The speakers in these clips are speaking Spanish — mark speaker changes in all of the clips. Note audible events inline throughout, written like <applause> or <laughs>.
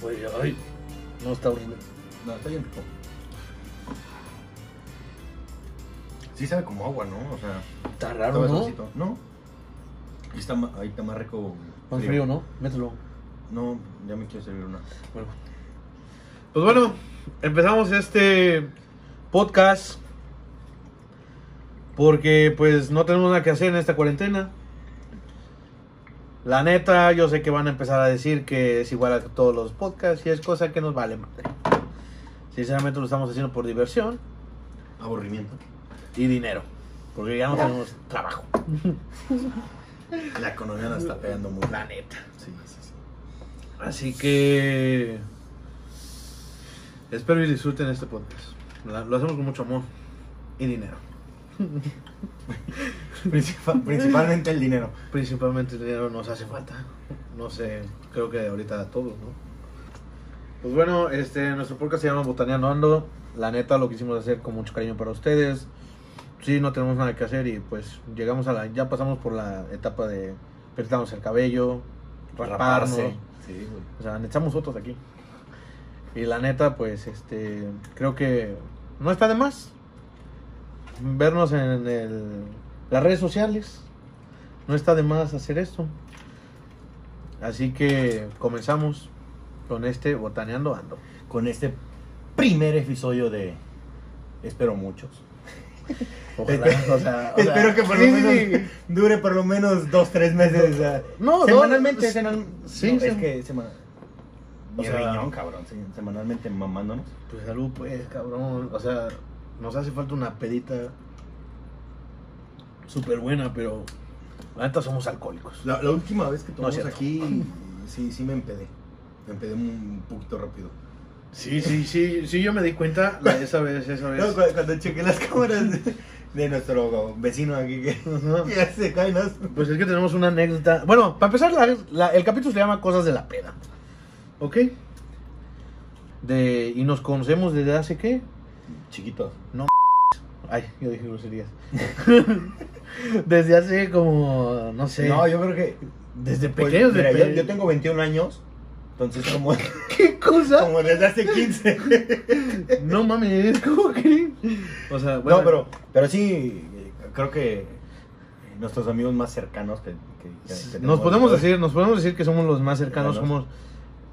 Speaker 1: Pues,
Speaker 2: Oye, ay, no está horrible.
Speaker 3: No, está bien rico. Sí sabe como agua, ¿no? O sea,
Speaker 2: Está
Speaker 3: estaba
Speaker 2: raro, ¿no?
Speaker 3: suavecito. No. Y está, ma- ahí está más rico.
Speaker 2: Más frío, ¿no? Mételo.
Speaker 3: No, ya me quiero servir una.
Speaker 2: Bueno,
Speaker 1: Pues bueno, empezamos este podcast porque pues no tenemos nada que hacer en esta cuarentena. La neta, yo sé que van a empezar a decir que es igual a todos los podcasts y es cosa que nos vale madre. Sinceramente lo estamos haciendo por diversión
Speaker 3: Aburrimiento.
Speaker 1: y dinero, porque ya no tenemos trabajo.
Speaker 3: La economía la está pegando muy.
Speaker 1: La neta.
Speaker 3: Sí, sí, sí.
Speaker 1: Así que espero y disfruten este podcast. La- Lo hacemos con mucho amor y dinero. <laughs>
Speaker 3: Principal- principalmente el dinero.
Speaker 1: Principalmente el dinero nos hace falta. No sé, creo que ahorita a todos, ¿no? Pues bueno, este, nuestro podcast se llama Botaneando Ando. La neta lo quisimos hacer con mucho cariño para ustedes. Sí, no tenemos nada que hacer y pues llegamos a la. Ya pasamos por la etapa de pintarnos el cabello, raparnos.
Speaker 3: Sí, güey.
Speaker 1: O sea, necesitamos otros aquí. Y la neta, pues, este, creo que no está de más vernos en el- las redes sociales. No está de más hacer esto. Así que comenzamos con este Botaneando Ando.
Speaker 3: Con este primer episodio de. Espero muchos. <laughs>
Speaker 1: Ojalá,
Speaker 3: Espero-
Speaker 1: o sea, o sea,
Speaker 3: Espero que por lo
Speaker 1: sí,
Speaker 3: menos
Speaker 1: sí, sí.
Speaker 3: dure por lo menos dos, tres meses. o sea,
Speaker 1: No,
Speaker 3: semanalmente.
Speaker 1: dos-
Speaker 3: semanal-
Speaker 1: sí,
Speaker 3: no,
Speaker 1: sí.
Speaker 3: es que semana-
Speaker 1: O
Speaker 3: Mi
Speaker 1: sea,
Speaker 3: riñón, cabrón. sí, semanalmente mamándonos.
Speaker 1: Pues salud, pues, cabrón. O sea, nos hace falta una pedita súper buena, pero la neta somos alcohólicos.
Speaker 3: La, la última vez que
Speaker 1: No es
Speaker 3: tomamos
Speaker 1: cierto.
Speaker 3: <laughs> aquí, sí, sí me empedé. Me empedé un poquito rápido.
Speaker 1: Sí, sí, sí, sí, yo me di cuenta la- esa vez, esa vez.
Speaker 3: No, cu- cuando chequé las cámaras de, de nuestro vecino aquí que <laughs>
Speaker 1: Ajá.
Speaker 3: ya se caen las...
Speaker 1: Pues es que tenemos una anécdota. Bueno, para empezar, la- la- el capítulo se llama Cosas de la Peda. ¿Ok? De, y nos conocemos desde hace qué?
Speaker 3: Chiquitos.
Speaker 1: Ay, yo dije <laughs> groserías. desde hace como, no sé.
Speaker 3: No, yo creo que...
Speaker 1: desde
Speaker 3: pues,
Speaker 1: pequeños.
Speaker 3: mira,
Speaker 1: de
Speaker 3: yo,
Speaker 1: pe-
Speaker 3: yo tengo 21 años, entonces <laughs> como,
Speaker 1: ¿Qué cosa?
Speaker 3: como desde hace 15.
Speaker 1: No mames, <laughs> ¿cómo que? O sea, bueno.
Speaker 3: No, pero, pero sí, eh, creo que nuestros amigos más cercanos que... que- que- que
Speaker 1: Nos
Speaker 3: tenemos-
Speaker 1: podemos decir, nos podemos decir que somos los más cercanos,
Speaker 3: Hermanos.
Speaker 1: somos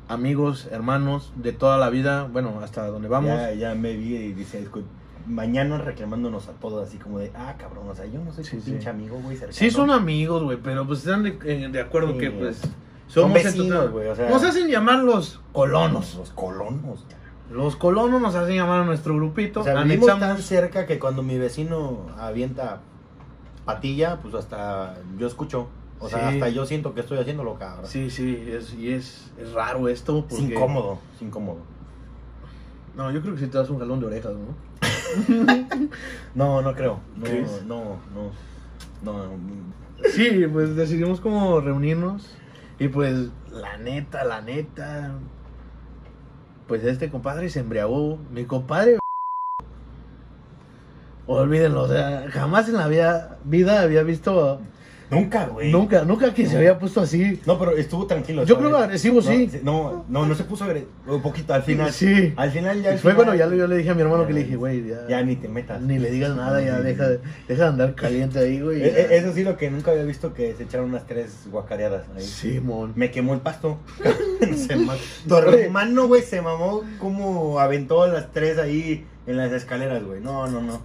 Speaker 1: amigos, hermanos de toda la vida, bueno, hasta donde vamos.
Speaker 3: Ya, ya me vi y dice, "Escu- mañana reclamándonos a todos, así como de, ah, cabrón, o sea, yo no soy
Speaker 1: Sí,
Speaker 3: tu
Speaker 1: sí.
Speaker 3: pinche amigo, güey, cercano.
Speaker 1: Sí son amigos, güey, pero pues están de, eh, de acuerdo
Speaker 3: Sí,
Speaker 1: que
Speaker 3: güey.
Speaker 1: pues
Speaker 3: Son
Speaker 1: somos en
Speaker 3: vecinos,
Speaker 1: total-
Speaker 3: güey, o sea-
Speaker 1: Nos hacen llamar los
Speaker 3: Colonos,
Speaker 1: colonos.
Speaker 3: los colonos.
Speaker 1: Los colonos nos hacen llamar a nuestro grupito.
Speaker 3: O sea, vivimos
Speaker 1: anexamos.
Speaker 3: tan cerca que cuando mi vecino avienta patilla, pues hasta yo escucho. O sea,
Speaker 1: Sí.
Speaker 3: hasta yo siento que estoy haciéndolo, cabrón.
Speaker 1: Sí, sí, es, y es, es raro esto
Speaker 3: es
Speaker 1: porque
Speaker 3: incómodo, es incómodo.
Speaker 1: No, yo creo que si te das un jalón de orejas, ¿no?
Speaker 3: No, no creo. No,
Speaker 1: ¿Crees?
Speaker 3: no, no. No, no.
Speaker 1: Sí, pues decidimos como reunirnos y pues la neta, la neta, pues este compadre se embriagó, mi compadre... Olvídenlo, o sea, jamás en la vida, vida había visto,
Speaker 3: Nunca, güey.
Speaker 1: nunca, nunca que se había puesto así.
Speaker 3: No, pero estuvo tranquilo.
Speaker 1: Yo
Speaker 3: ¿sabes?
Speaker 1: creo agresivo,
Speaker 3: No,
Speaker 1: sí.
Speaker 3: se- No, no, no se puso agresivo. Un poquito al final.
Speaker 1: Sí.
Speaker 3: Al final ya.
Speaker 1: Y
Speaker 3: al
Speaker 1: fue
Speaker 3: final-
Speaker 1: bueno, ya le- yo le dije a mi hermano que le dije, güey, ya,
Speaker 3: Ya ni te metas.
Speaker 1: ni le digas nada, ya
Speaker 3: Sí.
Speaker 1: deja, de- deja de andar caliente ahí, güey.
Speaker 3: E- e-
Speaker 1: ya.
Speaker 3: Eso sí, lo que nunca había visto que se echaron unas tres guacareadas ahí.
Speaker 1: Sí, mon.
Speaker 3: Me quemó el pasto. <laughs> se ma- tu
Speaker 1: Oye.
Speaker 3: hermano, güey, se mamó como aventó las tres ahí en las escaleras, güey. No, no, no.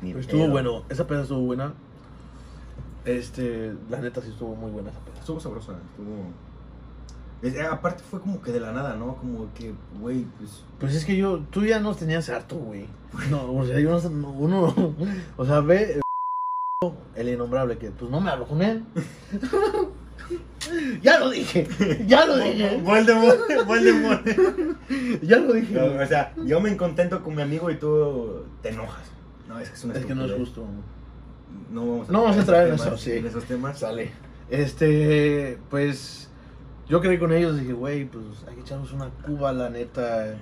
Speaker 3: Ni
Speaker 1: Pero estuvo
Speaker 3: pedo.
Speaker 1: bueno, esa peda estuvo buena. Este, la neta sí estuvo muy buena esa peda.
Speaker 3: Estuvo sabrosa, estuvo. Es- eh, aparte fue como que de la nada, ¿no? Como que, güey, pues.
Speaker 1: Pues es que yo, tú ya nos tenías harto, güey. No, o sea, yo no, no, uno, <laughs> o sea, ve el, el <laughs> innombrable que, pues no me hablo con él. <laughs> ya lo dije, ya lo dije,
Speaker 3: Voldemort, <laughs> Voldemort.
Speaker 1: ya lo dije.
Speaker 3: No,
Speaker 1: güey.
Speaker 3: o sea, yo me contento con mi amigo y tú te enojas. No, es que es una
Speaker 1: es que no es
Speaker 3: estupidez.
Speaker 1: justo.
Speaker 3: No vamos a
Speaker 1: No vamos a traer
Speaker 3: esos
Speaker 1: eso,
Speaker 3: temas,
Speaker 1: sí.
Speaker 3: de esos temas.
Speaker 1: Sale. Este, pues, yo quedé con ellos y dije, güey, pues hay que echarnos una cuba, la neta.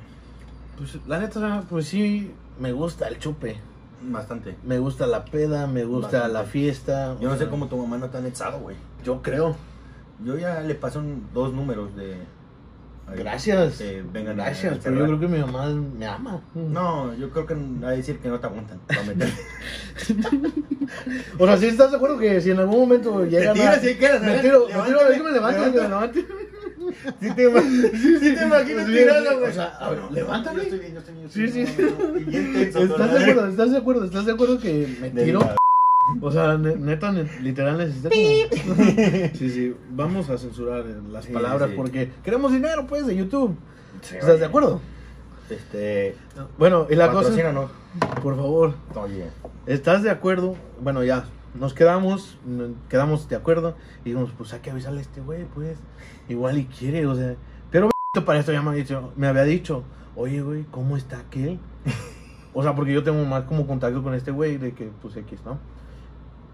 Speaker 1: Pues, la neta, pues sí, me gusta el chupe.
Speaker 3: Bastante.
Speaker 1: Me gusta la peda, me gusta
Speaker 3: Bastante.
Speaker 1: la fiesta.
Speaker 3: Yo
Speaker 1: o
Speaker 3: no sé
Speaker 1: sea,
Speaker 3: cómo tu mamá no te ha anexado, güey.
Speaker 1: Yo creo.
Speaker 3: Yo ya le pasé un- dos números de, Ahí.
Speaker 1: Gracias.
Speaker 3: Eh, vengan a-
Speaker 1: Gracias,
Speaker 3: a
Speaker 1: pero yo
Speaker 3: cerrar.
Speaker 1: creo que mi mamá me ama.
Speaker 3: No, yo creo que va a decir que no
Speaker 1: <laughs>
Speaker 3: te aguantan. Va a meter.
Speaker 1: O sea, si estás de acuerdo que si en algún momento llega.
Speaker 3: tiras y ahí quedas,
Speaker 1: Me
Speaker 3: ¿eh?
Speaker 1: tiro, me tiro,
Speaker 3: Levántame,
Speaker 1: es que me levante, que me levante.
Speaker 3: <laughs> Sí te, ima- sí te imagino
Speaker 1: Sí,
Speaker 3: tirado,
Speaker 1: sí,
Speaker 3: güey.
Speaker 1: o sea, a ver,
Speaker 3: No,
Speaker 1: levántame.
Speaker 3: Yo estoy bien, yo estoy bien.
Speaker 1: Sí, sí.
Speaker 3: Bien tenso,
Speaker 1: ¿Estás
Speaker 3: todo,
Speaker 1: de
Speaker 3: ¿eh?
Speaker 1: acuerdo? ¿Estás de acuerdo? ¿Estás de acuerdo que me
Speaker 3: De
Speaker 1: tiro?
Speaker 3: la-
Speaker 1: O sea, ne- neta, ne- literal necesita. como- <laughs> Sí, sí, vamos a censurar eh, las
Speaker 3: Sí,
Speaker 1: palabras
Speaker 3: sí.
Speaker 1: porque queremos dinero, pues, de YouTube.
Speaker 3: Sí,
Speaker 1: ¿Estás de acuerdo?
Speaker 3: Este.
Speaker 1: Bueno, y la cosa. es-
Speaker 3: Patrocínanos.
Speaker 1: Por favor,
Speaker 3: Oye.
Speaker 1: ¿estás de acuerdo? Bueno, ya, nos quedamos, n- quedamos de acuerdo. Y dijimos, pues hay que avisarle a este güey, pues. Igual y quiere, o sea. Pero <laughs> para esto ya me, ha dicho, me había dicho, oye, güey, ¿cómo está aquel? <laughs> O sea, porque yo tengo más como contacto con este güey de que, pues, X, ¿no?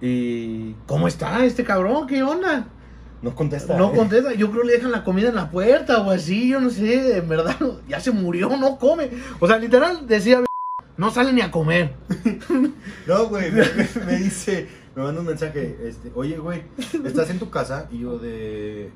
Speaker 1: Y, ¿cómo está este cabrón? ¿Qué onda?
Speaker 3: No contesta.
Speaker 1: No
Speaker 3: ¿eh?
Speaker 1: contesta, yo creo le dejan la comida en la puerta o así, yo no sé, en verdad, <laughs> ya se murió, no come. O sea, literal decía, no sale ni a comer.
Speaker 3: No, güey. Me, me- me dice. Me manda un mensaje. Este, Oye, güey. ¿Estás en tu casa? Y yo de.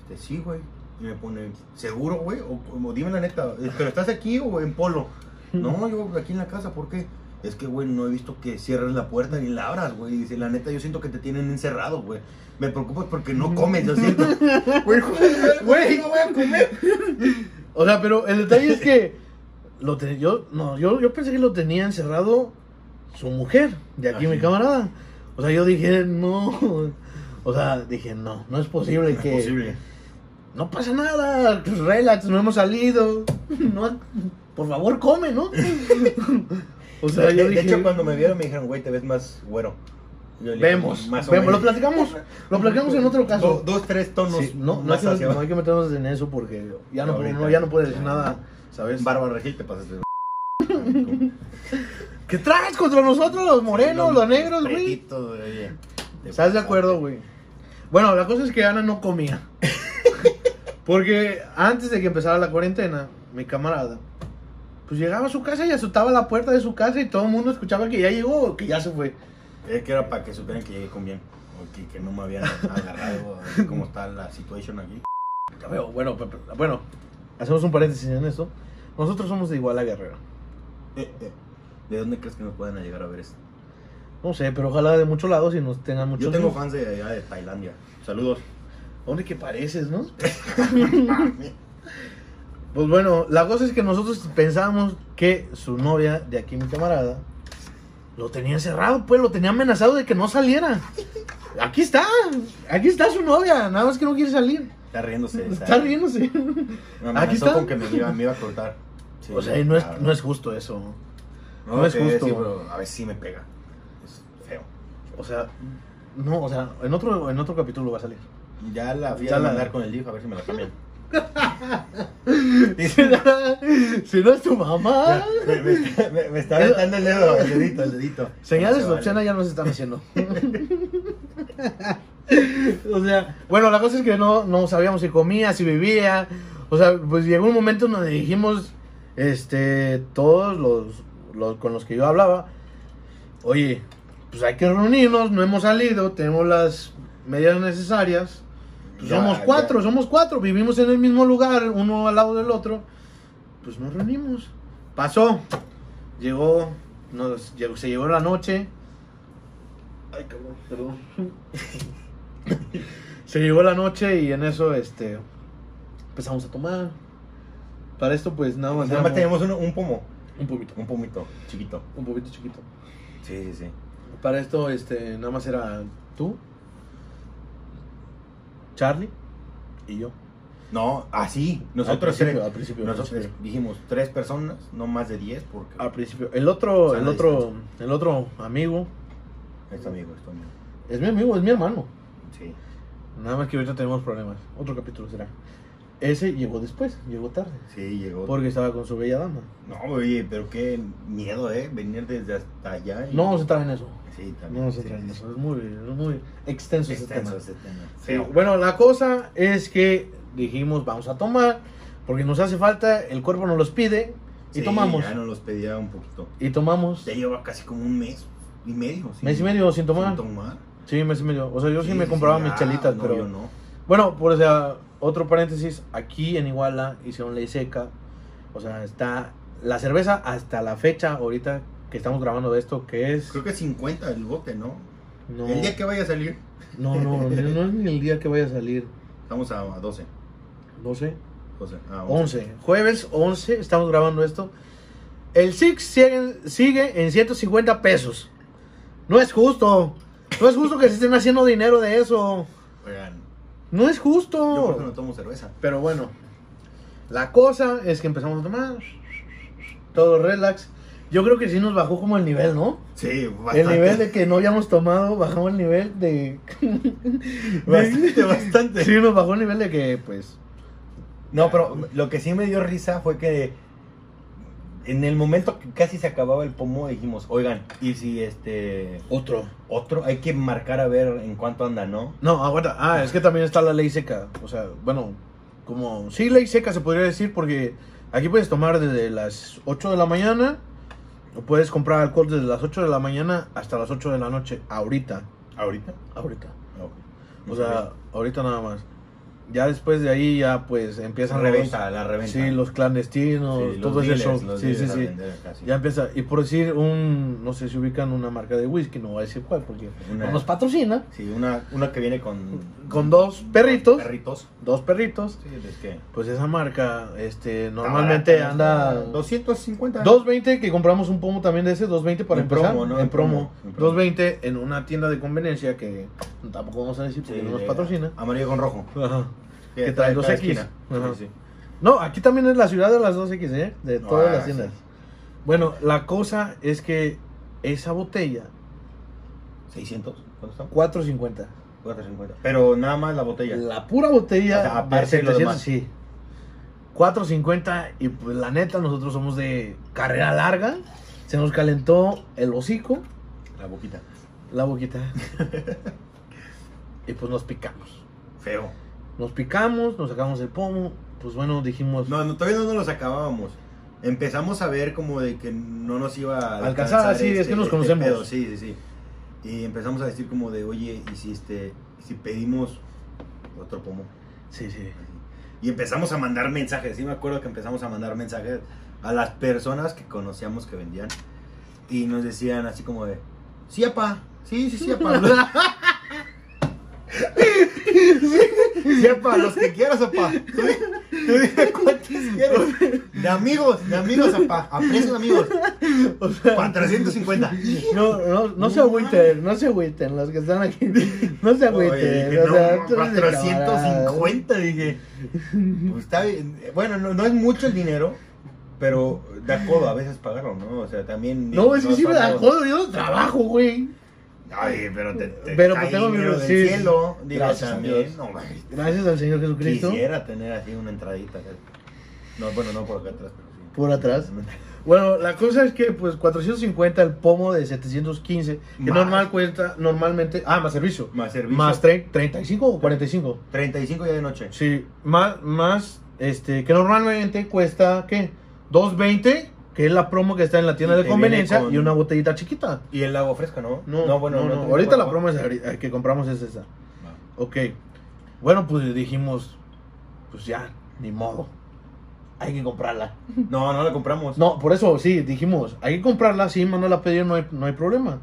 Speaker 3: Este, sí, güey. Y me pone. ¿Seguro, güey? O, o dime la neta. eh, ¿Pero estás aquí o en polo? No, yo aquí en la casa. ¿Por qué? Es que, güey, no he visto que cierres la puerta ni la abras, güey. Y Dice, la neta, yo siento que te tienen encerrado, güey. Me preocupas porque no comes, lo siento. <laughs> Güey, güey, no voy a comer.
Speaker 1: O sea, pero el detalle es que lo te- yo, no, yo, yo pensé que lo tenía encerrado su mujer, de aquí mi
Speaker 3: Ajá.
Speaker 1: camarada. O sea, yo dije, no. O sea, dije, no, no es posible que.
Speaker 3: Posible.
Speaker 1: No pasa nada, relax, no hemos salido. No, por favor, come, ¿no? o sea,
Speaker 3: de,
Speaker 1: yo
Speaker 3: de
Speaker 1: dije.
Speaker 3: hecho, cuando me vieron me dijeron, güey, te ves más güero. Yo le dije,
Speaker 1: Vemos,
Speaker 3: más o
Speaker 1: vemos, lo
Speaker 3: menos.
Speaker 1: platicamos, lo platicamos en otro
Speaker 3: Do-
Speaker 1: caso.
Speaker 3: dos, tres tonos
Speaker 1: Sí, no, no, hay
Speaker 3: más
Speaker 1: que,
Speaker 3: hacia
Speaker 1: no hay que meternos en eso porque ya no,
Speaker 3: Ahorita.
Speaker 1: no- ya no puedes decir nada, ¿sabes?
Speaker 3: abajo. Bárbara Regil te
Speaker 1: <laughs>
Speaker 3: pasaste.
Speaker 1: ¿Qué traes contra nosotros los morenos, los negros, güey?
Speaker 3: Pretito, güey. Te
Speaker 1: ¿Estás de acuerdo,
Speaker 3: pasaste.
Speaker 1: güey? Bueno, la cosa es que Ana no comía.
Speaker 3: <laughs>
Speaker 1: Porque antes de que empezara la cuarentena, mi camarada, pues llegaba a su casa y azotaba la puerta de su casa y todo el mundo escuchaba que ya llegó o que ya se fue.
Speaker 3: Es que era para que supieran que llegué con bien. O que, que no me habían agarrado
Speaker 1: <laughs>
Speaker 3: cómo está la situación aquí.
Speaker 1: Ya veo, Bueno, pe- pe- bueno, hacemos un paréntesis en eso. Nosotros somos de Iguala Guerrero.
Speaker 3: Eh, eh, ¿De dónde crees que nos pueden llegar a ver esto?
Speaker 1: No sé, pero ojalá de muchos lados y nos tengan muchos.
Speaker 3: Yo tengo fans de allá de Tailandia. Saludos.
Speaker 1: Hombre, que pareces, ¿no? pues bueno, la cosa es que nosotros pensábamos que su novia, de aquí mi camarada, lo tenía encerrado, pues lo tenía amenazado de que no saliera. Aquí está, aquí está su novia, nada más que no quiere salir.
Speaker 3: Está riéndose.
Speaker 1: Está riéndose.
Speaker 3: Me
Speaker 1: Aquí
Speaker 3: amenazó
Speaker 1: está.
Speaker 3: con que me iba, me iba a cortar. Sí,
Speaker 1: O sea, y no es,
Speaker 3: claro.
Speaker 1: no es justo eso.
Speaker 3: No,
Speaker 1: No es
Speaker 3: es
Speaker 1: justo.
Speaker 3: justo. pero a veces sí me pega. Es feo.
Speaker 1: O sea, no, o sea, en otro, en otro capítulo va a salir.
Speaker 3: Ya la fui
Speaker 1: Ya
Speaker 3: a
Speaker 1: la-
Speaker 3: mandar con el hijo a ver si me la cambian.
Speaker 1: <laughs> si no es tu mamá.
Speaker 3: <laughs> me, me- me- me está aventando el dedo, el dedito, el dedito.
Speaker 1: Señales de
Speaker 3: No se
Speaker 1: obscena
Speaker 3: vale.
Speaker 1: ya nos están haciendo. <laughs> o sea, bueno, la cosa es que no, no sabíamos si comía, si vivía. O sea, pues llegó un momento en donde dijimos, este, todos los, los con los que yo hablaba, oye, pues hay que reunirnos, no hemos salido, tenemos las medidas necesarias. Pues
Speaker 3: Ya,
Speaker 1: somos
Speaker 3: ya.
Speaker 1: cuatro, somos cuatro, vivimos en el mismo lugar, uno al lado del otro. Pues nos reunimos. Pasó, llegó, nos, llegó- se llegó la noche. Ay, cabrón, perdón. <laughs> se llegó la noche y en eso, este, empezamos a tomar. Para esto, pues nada más.
Speaker 3: Nada más
Speaker 1: éramos-
Speaker 3: teníamos uno- un pomo,
Speaker 1: un poquito,
Speaker 3: un pomito chiquito.
Speaker 1: un poquito chiquito.
Speaker 3: Sí, sí, sí.
Speaker 1: Para esto, este, nada más era tú, Charlie y yo.
Speaker 3: No, así. Nosotros
Speaker 1: al principio,
Speaker 3: tres.
Speaker 1: al principio, al
Speaker 3: Nosotros
Speaker 1: principio.
Speaker 3: dijimos tres personas, no más de diez, porque.
Speaker 1: Al principio. El otro,
Speaker 3: Sana
Speaker 1: el otro, el otro amigo
Speaker 3: Es tu amigo, es tu amigo.
Speaker 1: es mi amigo, es mi hermano.
Speaker 3: Sí.
Speaker 1: Nada más que ahorita tenemos problemas. Otro capítulo será. Ese llegó después, llegó tarde.
Speaker 3: Sí, llegó.
Speaker 1: Porque estaba con su bella dama.
Speaker 3: No, oye, pero qué miedo, ¿eh? Venir desde hasta allá. y-
Speaker 1: No vamos a entrar en eso.
Speaker 3: Sí, también.
Speaker 1: No vamos a
Speaker 3: sí,
Speaker 1: entrar en
Speaker 3: sí.
Speaker 1: eso. Es muy, es muy extenso, ese tema.
Speaker 3: Extenso ese tema.
Speaker 1: Sí, bueno, la cosa es que dijimos vamos a tomar porque nos hace falta, el cuerpo nos los pide y
Speaker 3: Sí,
Speaker 1: tomamos.
Speaker 3: Ya nos los pedía un poquito.
Speaker 1: Y tomamos.
Speaker 3: Ya lleva casi como un mes y medio. sin-
Speaker 1: Mes y medio sin tomar.
Speaker 3: Sin tomar.
Speaker 1: Sí, mes y medio. O sea, yo sí, me compraba mis
Speaker 3: ah,
Speaker 1: chelitas,
Speaker 3: no,
Speaker 1: pero
Speaker 3: yo no.
Speaker 1: bueno, pues o sea, Otro paréntesis, aquí en Iguala hicieron ley seca. O sea, está la cerveza hasta la fecha ahorita que estamos grabando esto, que es...
Speaker 3: Creo que 50 el bote, ¿no?
Speaker 1: No,
Speaker 3: El día que vaya a salir,
Speaker 1: no, no, no, no es ni el día que vaya a salir.
Speaker 3: estamos a, a 12.
Speaker 1: No sé.
Speaker 3: 12 a 11.
Speaker 1: 11. Jueves 11 estamos grabando esto. El Six sigue, sigue en 150 pesos. No es justo. No es justo que se estén haciendo dinero de eso.
Speaker 3: Oigan,
Speaker 1: No es
Speaker 3: yo por eso no
Speaker 1: justo.
Speaker 3: tomo cerveza.
Speaker 1: Pero bueno, la cosa es que empezamos a tomar. Todo relax. Yo creo que sí nos bajó como el nivel, ¿no?
Speaker 3: Sí, bastante.
Speaker 1: El nivel
Speaker 3: <laughs>
Speaker 1: de que no habíamos tomado, bajó el nivel de...
Speaker 3: Bastante, bastante.
Speaker 1: Sí, nos bajó el nivel de que, pues...
Speaker 4: No, pero lo que sí me dio risa fue que en el momento que casi se acababa el pomo dijimos, oigan, y si este
Speaker 1: Otro.
Speaker 4: otro, hay que marcar a ver en cuánto anda, ¿no?
Speaker 1: No, aguanta. Ah, es que también está la ley seca. O sea, bueno, como sí, ley seca se podría decir porque aquí puedes tomar desde las 8 de la mañana o puedes comprar alcohol desde las 8 de la mañana hasta las 8 de la noche. Ahorita.
Speaker 3: ¿Ahorita?
Speaker 1: Ahorita.
Speaker 3: Ah, ok.
Speaker 1: O sea, ahorita nada más. Ya después de ahí ya pues
Speaker 4: Esa
Speaker 1: empiezan los-
Speaker 4: reventa, la reventa.
Speaker 1: Sí, los clandestinos,
Speaker 3: Sí, los
Speaker 1: todo ese
Speaker 3: dealers,
Speaker 1: show.
Speaker 3: los
Speaker 1: Sí, sí,
Speaker 3: dealers a
Speaker 1: sí.
Speaker 3: vender casi.
Speaker 1: Ya empieza. Y por decir un, no sé si ubican una marca de whisky, no voy a decir cuál porque
Speaker 3: Una-
Speaker 1: no nos patrocina.
Speaker 3: Sí, una, una que viene con...
Speaker 1: Con dos perritos,
Speaker 3: Perritos.
Speaker 1: dos perritos,
Speaker 3: Sí, es que...
Speaker 1: Pues esa marca, este, normalmente
Speaker 3: Está barata,
Speaker 1: anda
Speaker 3: 250.
Speaker 1: 220 que compramos un pomo también de ese 220 para
Speaker 3: En
Speaker 1: empezar
Speaker 3: promo, ¿no?
Speaker 1: en
Speaker 3: En
Speaker 1: promo,
Speaker 3: promo, en promo.
Speaker 1: 220 en una tienda de conveniencia que tampoco vamos a decir porque
Speaker 3: Sí,
Speaker 1: no nos
Speaker 3: de-
Speaker 1: patrocina.
Speaker 3: Amarillo con rojo.
Speaker 1: Ajá.
Speaker 3: Que
Speaker 1: trae
Speaker 3: trae
Speaker 1: dos
Speaker 3: cada
Speaker 1: X.
Speaker 3: esquina.
Speaker 1: Ajá.
Speaker 3: Sí, sí.
Speaker 1: No, aquí también es la ciudad de las 2X, ¿eh? De todas
Speaker 3: Ah,
Speaker 1: las tiendas.
Speaker 3: sí.
Speaker 1: Bueno, la cosa es que esa botella
Speaker 3: 600. ¿Cuánto está?
Speaker 1: 450.
Speaker 3: 450. Pero nada más la botella.
Speaker 1: La pura botella
Speaker 3: O sea, aparte de lo demás.
Speaker 1: sí. 4.50 y pues la neta nosotros somos de carrera larga. Se nos calentó el hocico,
Speaker 3: La boquita.
Speaker 1: la
Speaker 3: <laughs>
Speaker 1: boquita. y pues nos picamos.
Speaker 3: Feo.
Speaker 1: Nos picamos, nos sacamos el pomo. Pues bueno, dijimos
Speaker 3: No, no, todavía no nos los acabábamos. Empezamos a ver como de que no nos iba a este,
Speaker 1: Alcanzar, ah, sí, es que nos conocemos.
Speaker 3: pedo, sí, sí, sí. Y empezamos a decir como de, oye, ¿y si, este, si pedimos otro pomo?
Speaker 1: Sí, sí.
Speaker 3: Y empezamos a mandar mensajes. Sí, me acuerdo que empezamos a mandar mensajes a las personas que conocíamos que vendían. Y nos decían así como de, sí, apa. Sí, sí, sí, apa.
Speaker 1: <laughs>
Speaker 3: <laughs> sí, apa, los que quieras, apa. Tú, di- tú dime cuántos quieres. De amigos, de amigos, apa. A precios amigos.
Speaker 1: O sea,
Speaker 3: 450.
Speaker 1: <laughs> no, no, no se
Speaker 3: No
Speaker 1: agüiten, no se agüiten los que están aquí. No se agüiten.
Speaker 3: Oye, dije,
Speaker 1: o
Speaker 3: no,
Speaker 1: sea, tú eres de camarada.
Speaker 3: 450, dije. Pues está bien. Bueno, no, no es mucho el dinero, pero da codo a veces pagarlo, ¿no? O sea, también.
Speaker 1: No, es que sí me da
Speaker 3: son-
Speaker 1: codo, yo no trabajo, güey.
Speaker 3: Ay, pero te, te
Speaker 1: Pero,
Speaker 3: cae
Speaker 1: pues, tengo mi-
Speaker 3: dinero del
Speaker 1: sí, sí.
Speaker 3: cielo. Digo,
Speaker 1: Gracias a Dios.
Speaker 3: también. No, mames.
Speaker 1: Gracias al Señor Jesucristo.
Speaker 3: Quisiera tener así una entradita. acá. No, bueno, no por acá atrás, pero sí.
Speaker 1: Por atrás. Bueno, la cosa es que, pues, 450 el pomo de 715, que
Speaker 3: Más.
Speaker 1: normal cuesta, normalmente, ah, más servicio,
Speaker 3: Más servicio.
Speaker 1: más tre- 35 o 45,
Speaker 3: 35 ya de noche.
Speaker 1: sí, más, más, este, que normalmente cuesta, ¿qué? 220, que es la promo que está en la tienda
Speaker 3: Y
Speaker 1: de
Speaker 3: te
Speaker 1: conveniencia,
Speaker 3: viene con-
Speaker 1: y una botellita chiquita.
Speaker 3: Y el agua fresca, ¿no?
Speaker 1: No, no, bueno, no,
Speaker 3: te-
Speaker 1: ahorita la promo es ahorita- que compramos es esa.
Speaker 3: Ah.
Speaker 1: Ok, bueno, pues dijimos, pues ya, ni modo, hay que comprarla.
Speaker 3: No, no la compramos.
Speaker 1: No, por eso sí, dijimos, hay que comprarla, sí, mandarla a pedir, no hay, no hay problema.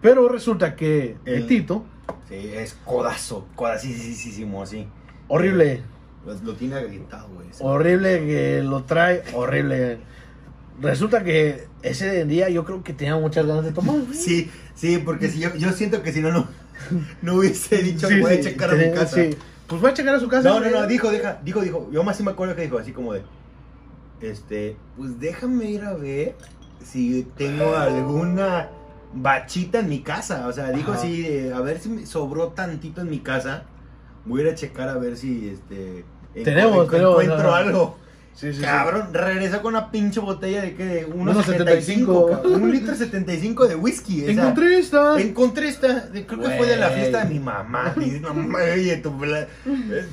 Speaker 1: Pero resulta que el,
Speaker 3: El-
Speaker 1: Tito,
Speaker 3: Sí, es codazo. Codacísimo, así.
Speaker 1: horrible,
Speaker 3: Lo, lo tiene agrietado, güey.
Speaker 1: Oh.
Speaker 3: ese.
Speaker 1: horrible que lo trae, horrible. Resulta que ese día yo creo que tenía muchas ganas de tomar. güey.
Speaker 3: Sí, sí, porque si yo, yo siento que si no, <laughs> no, no hubiese dicho,
Speaker 1: Sí,
Speaker 3: voy a
Speaker 1: sí,
Speaker 3: checar a mi
Speaker 1: tenía-
Speaker 3: casa.
Speaker 1: sí. Pues voy a checar a su casa.
Speaker 3: No, no,
Speaker 1: güey.
Speaker 3: no, dijo, deja, dijo, dijo. Yo más sí me acuerdo que dijo así como de, este, pues déjame ir a ver si tengo alguna bachita en mi casa. O sea, dijo
Speaker 1: Ajá.
Speaker 3: así, de, a ver si me sobró tantito en mi casa. Voy a ir a checar a ver si, este, encu-
Speaker 1: Tenemos,
Speaker 3: encu-
Speaker 1: tenemos,
Speaker 3: encuentro
Speaker 1: ajá.
Speaker 3: algo.
Speaker 1: Sí, sí, sí.
Speaker 3: Cabrón, regresó con una pinche botella de que de
Speaker 1: Unos 75.
Speaker 3: 1.75, cabrón, un litro 75 de whisky. o sea,
Speaker 1: Encontré esta.
Speaker 3: Encontré esta, de- creo que fue de la
Speaker 4: Güey.
Speaker 3: fiesta de mi mamá.
Speaker 1: <laughs>
Speaker 3: Mi mamá, oye, tu pla- eh,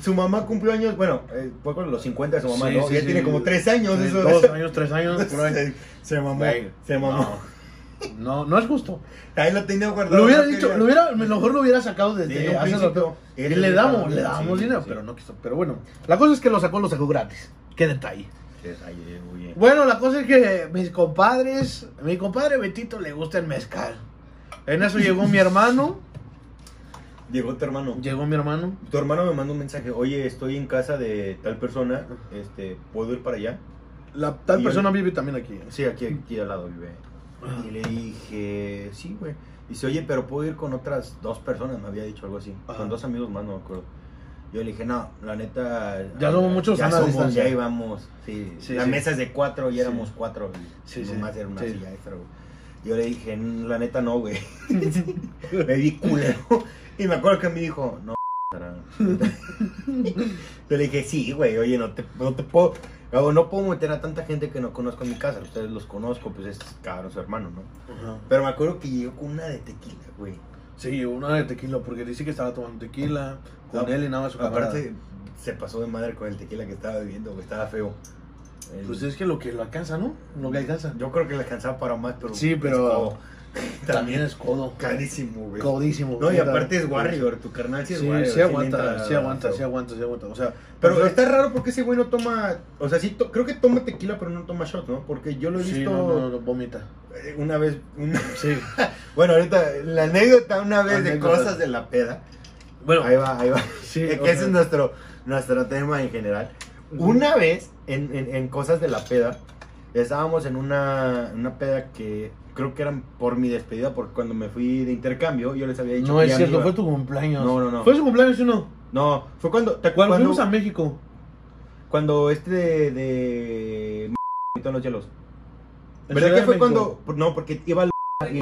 Speaker 3: su mamá cumplió años, bueno, eh, fue con los 50 de su mamá,
Speaker 1: Sí,
Speaker 3: ¿no?
Speaker 1: sí,
Speaker 3: ya
Speaker 1: sí.
Speaker 3: tiene como 3 años
Speaker 1: Sí,
Speaker 3: eso. <laughs>
Speaker 1: Dos años, tres años, por ahí.
Speaker 3: se, se mamó,
Speaker 4: Güey.
Speaker 3: se mamó.
Speaker 1: No, no es justo.
Speaker 3: Ahí lo tenía guardado.
Speaker 1: Lo hubiera
Speaker 3: no
Speaker 1: dicho,
Speaker 3: quería.
Speaker 1: lo hubiera, mejor lo hubiera sacado
Speaker 3: Sí,
Speaker 1: desde
Speaker 3: un
Speaker 1: hace
Speaker 3: principio.
Speaker 1: rato. Y
Speaker 3: Ese
Speaker 1: le
Speaker 3: sí
Speaker 1: damos,
Speaker 3: estaba
Speaker 1: le
Speaker 3: bien,
Speaker 1: damos
Speaker 3: sí,
Speaker 1: dinero,
Speaker 3: sí.
Speaker 1: pero no quiso. Pero bueno, la cosa es que lo sacó, lo sacó gratis. Qué detalle.
Speaker 3: Ahí, eh, muy bien.
Speaker 1: Bueno, la cosa es que mis compadres, a mi compadre Betito le gusta el mezcal. En eso llegó mi <laughs> hermano,
Speaker 3: Llegó tu hermano.
Speaker 1: llegó mi hermano.
Speaker 3: Tu hermano me manda un mensaje, oye, estoy en casa de tal persona, este, ¿puedo ir para allá?
Speaker 1: La tal
Speaker 3: Y
Speaker 1: persona
Speaker 3: él-
Speaker 1: vive también aquí.
Speaker 3: Sí, aquí, aquí al lado vive. Y le dije, sí, güey. Dice, oye, pero puedo ir con otras dos personas, me había dicho algo así.
Speaker 1: Ajá.
Speaker 3: Con dos amigos más, no me acuerdo. Yo le dije, no, la neta.
Speaker 1: Ya somos muchos,
Speaker 3: ya
Speaker 1: sana
Speaker 3: somos,
Speaker 1: distancia.
Speaker 3: ya íbamos. Sí,
Speaker 1: Sí,
Speaker 3: la
Speaker 1: sí.
Speaker 3: mesa es de cuatro y
Speaker 1: Sí.
Speaker 3: éramos cuatro. Y
Speaker 1: Sí, sí.
Speaker 3: nomás era una
Speaker 1: Sí.
Speaker 3: silla extra, güey. Yo le dije, "Mm, la neta
Speaker 1: <laughs>
Speaker 3: no, güey. <laughs> me vi culero. Y me acuerdo que me dijo, no, cara". Yo le dije, sí, güey, oye, no te, no te puedo. o no puedo meter a tanta gente que no conozco en mi casa. Ustedes los conozco, pues es cabrón su hermano, ¿no? Pero me acuerdo que llegó con una de tequila, güey.
Speaker 1: Sí, una de tequila, porque dice que estaba tomando tequila con
Speaker 3: No,
Speaker 1: él y nada más su camarada.
Speaker 3: Aparte, se pasó de madre con el tequila que estaba bebiendo, güey. Estaba feo. El-
Speaker 1: Pues es que lo que lo alcanza, ¿no? Lo que alcanza.
Speaker 3: Yo creo que le alcanzaba para más, pero.
Speaker 1: Sí, pero-
Speaker 3: es <laughs> codo.
Speaker 1: También es codo.
Speaker 3: Carísimo, güey.
Speaker 1: Codísimo.
Speaker 3: No, y
Speaker 1: puta.
Speaker 3: aparte es Warrior, tu carnal
Speaker 1: Sí,
Speaker 3: sí es
Speaker 1: sí,
Speaker 3: Warrior. le
Speaker 1: aguanta,
Speaker 3: entra-
Speaker 1: sí aguanta, Pues sí aguanta, sí aguanta. O sea, este
Speaker 3: Pero
Speaker 1: o sea,
Speaker 3: está raro porque ese güey no toma. O sea, sí, to- creo que toma tequila, pero no toma shot, ¿no? Porque yo lo he
Speaker 1: sí,
Speaker 3: visto
Speaker 1: no, no, no, vomita.
Speaker 3: eh, una vez. una- <laughs>
Speaker 1: Sí.
Speaker 3: Bueno, ahorita, la anécdota una vez de
Speaker 1: Anécdotas.
Speaker 3: cosas de la peda.
Speaker 1: Bueno, eh,
Speaker 3: Ahí va, ahí va.
Speaker 1: sí,
Speaker 3: Es
Speaker 1: o
Speaker 3: que ese
Speaker 1: sea,
Speaker 3: es nuestro, nuestro tema en general. Una vez, en, en- en cosas de la peda, estábamos en una, una peda que creo que eran por mi despedida, porque cuando me fui de intercambio, yo les había dicho
Speaker 1: No
Speaker 3: que
Speaker 1: es
Speaker 3: ya me
Speaker 1: cierto,
Speaker 3: iba.
Speaker 1: fue tu cumpleaños.
Speaker 3: No, no, no.
Speaker 1: ¿Fue su cumpleaños o no?
Speaker 3: No, fue cuando... ¿te
Speaker 1: Cuando
Speaker 3: acuerdas?
Speaker 1: fuimos a
Speaker 3: Cuando,
Speaker 1: México.
Speaker 3: cuando este de... de... en los hielos.
Speaker 1: en
Speaker 3: ¿Verdad
Speaker 1: Ciudad
Speaker 3: que
Speaker 1: de
Speaker 3: fue
Speaker 1: México.
Speaker 3: cuando...? No, porque iba al... y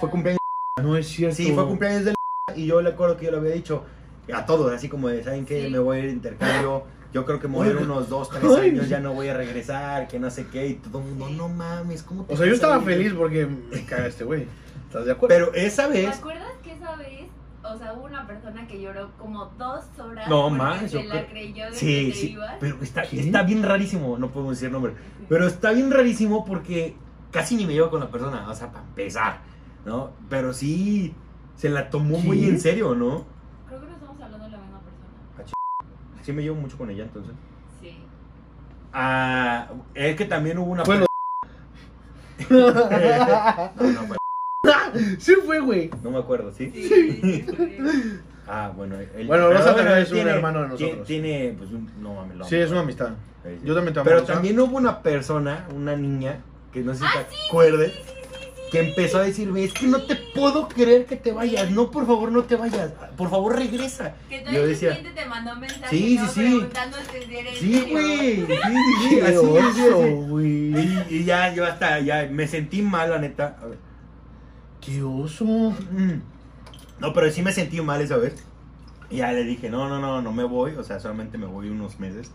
Speaker 3: fue cumpleaños...
Speaker 1: No es cierto.
Speaker 3: Sí, fue cumpleaños del y yo le acuerdo que yo le había dicho a todos, así como de, ¿saben qué?
Speaker 5: Sí.
Speaker 3: Me voy a ir de intercambio, yo creo que me voy a ir unos dos, tres
Speaker 1: Ay.
Speaker 3: años, ya no voy a regresar, que no sé qué, y todo el mundo, no mames, ¿cómo te
Speaker 1: O sea, yo
Speaker 3: vas a
Speaker 1: estaba
Speaker 3: ir?"
Speaker 1: feliz porque me caga este güey. ¿Estás de acuerdo?
Speaker 3: Pero esa
Speaker 5: ¿Te
Speaker 3: vez,
Speaker 5: acuerdas que esa vez, o sea, hubo una persona que lloró como dos horas?
Speaker 3: No,
Speaker 5: porque
Speaker 3: más,
Speaker 5: Se
Speaker 3: yo
Speaker 5: la
Speaker 3: creo-
Speaker 5: creyó de
Speaker 3: sí,
Speaker 5: que te
Speaker 3: sí,
Speaker 5: ibas.
Speaker 3: pero está,
Speaker 1: ¿Qué?
Speaker 3: está bien rarísimo, no podemos decir nombre, pero está bien rarísimo porque casi ni me llevo con la persona, o sea, para empezar, ¿no? Pero sí, se la tomó muy
Speaker 1: ¿Qué?
Speaker 3: en serio, ¿no?
Speaker 5: Creo que no estamos hablando de la misma persona.
Speaker 3: Sí me llevo mucho con ella, entonces.
Speaker 5: Sí.
Speaker 3: Ah, es que también hubo una...
Speaker 1: Fue lo- <laughs>
Speaker 3: No, no, fue-
Speaker 1: sí fue, güey.
Speaker 3: No me acuerdo, ¿sí?
Speaker 5: Sí,
Speaker 3: <laughs>
Speaker 5: sí, sí.
Speaker 3: Ah, bueno. El,
Speaker 1: Bueno,
Speaker 3: pero
Speaker 1: Rosa también
Speaker 3: él
Speaker 1: es un hermano de nosotros.
Speaker 3: Tiene, tiene, pues, un, no mames. lo
Speaker 1: Sí,
Speaker 3: amo.
Speaker 1: es una amistad.
Speaker 3: Sí, sí.
Speaker 1: Yo también te amo,
Speaker 3: Pero
Speaker 1: Rosa.
Speaker 3: también hubo una persona, una niña, que no sé si te acuerdes, que empezó a decirme, es que no te puedo creer que te vayas. No, por favor, no te vayas. Por favor, regresa.
Speaker 5: Que
Speaker 3: Yo
Speaker 5: todavía el
Speaker 3: decía-
Speaker 5: cliente te mandó un mensaje
Speaker 3: Sí,
Speaker 5: ¿no?
Speaker 3: sí, sí.
Speaker 5: preguntándote si eres
Speaker 3: Sí,
Speaker 5: serio.
Speaker 3: güey. Sí, sí, sí,
Speaker 1: Qué
Speaker 3: así, así,
Speaker 1: oso,
Speaker 3: así.
Speaker 1: güey.
Speaker 3: Y, y ya, yo hasta, ya, me sentí mal, la neta. A ver.
Speaker 1: Qué oso.
Speaker 3: Mm. No, pero sí me sentí mal esa vez. Y ya le dije, no, no, no, no me voy. O sea, solamente me voy unos meses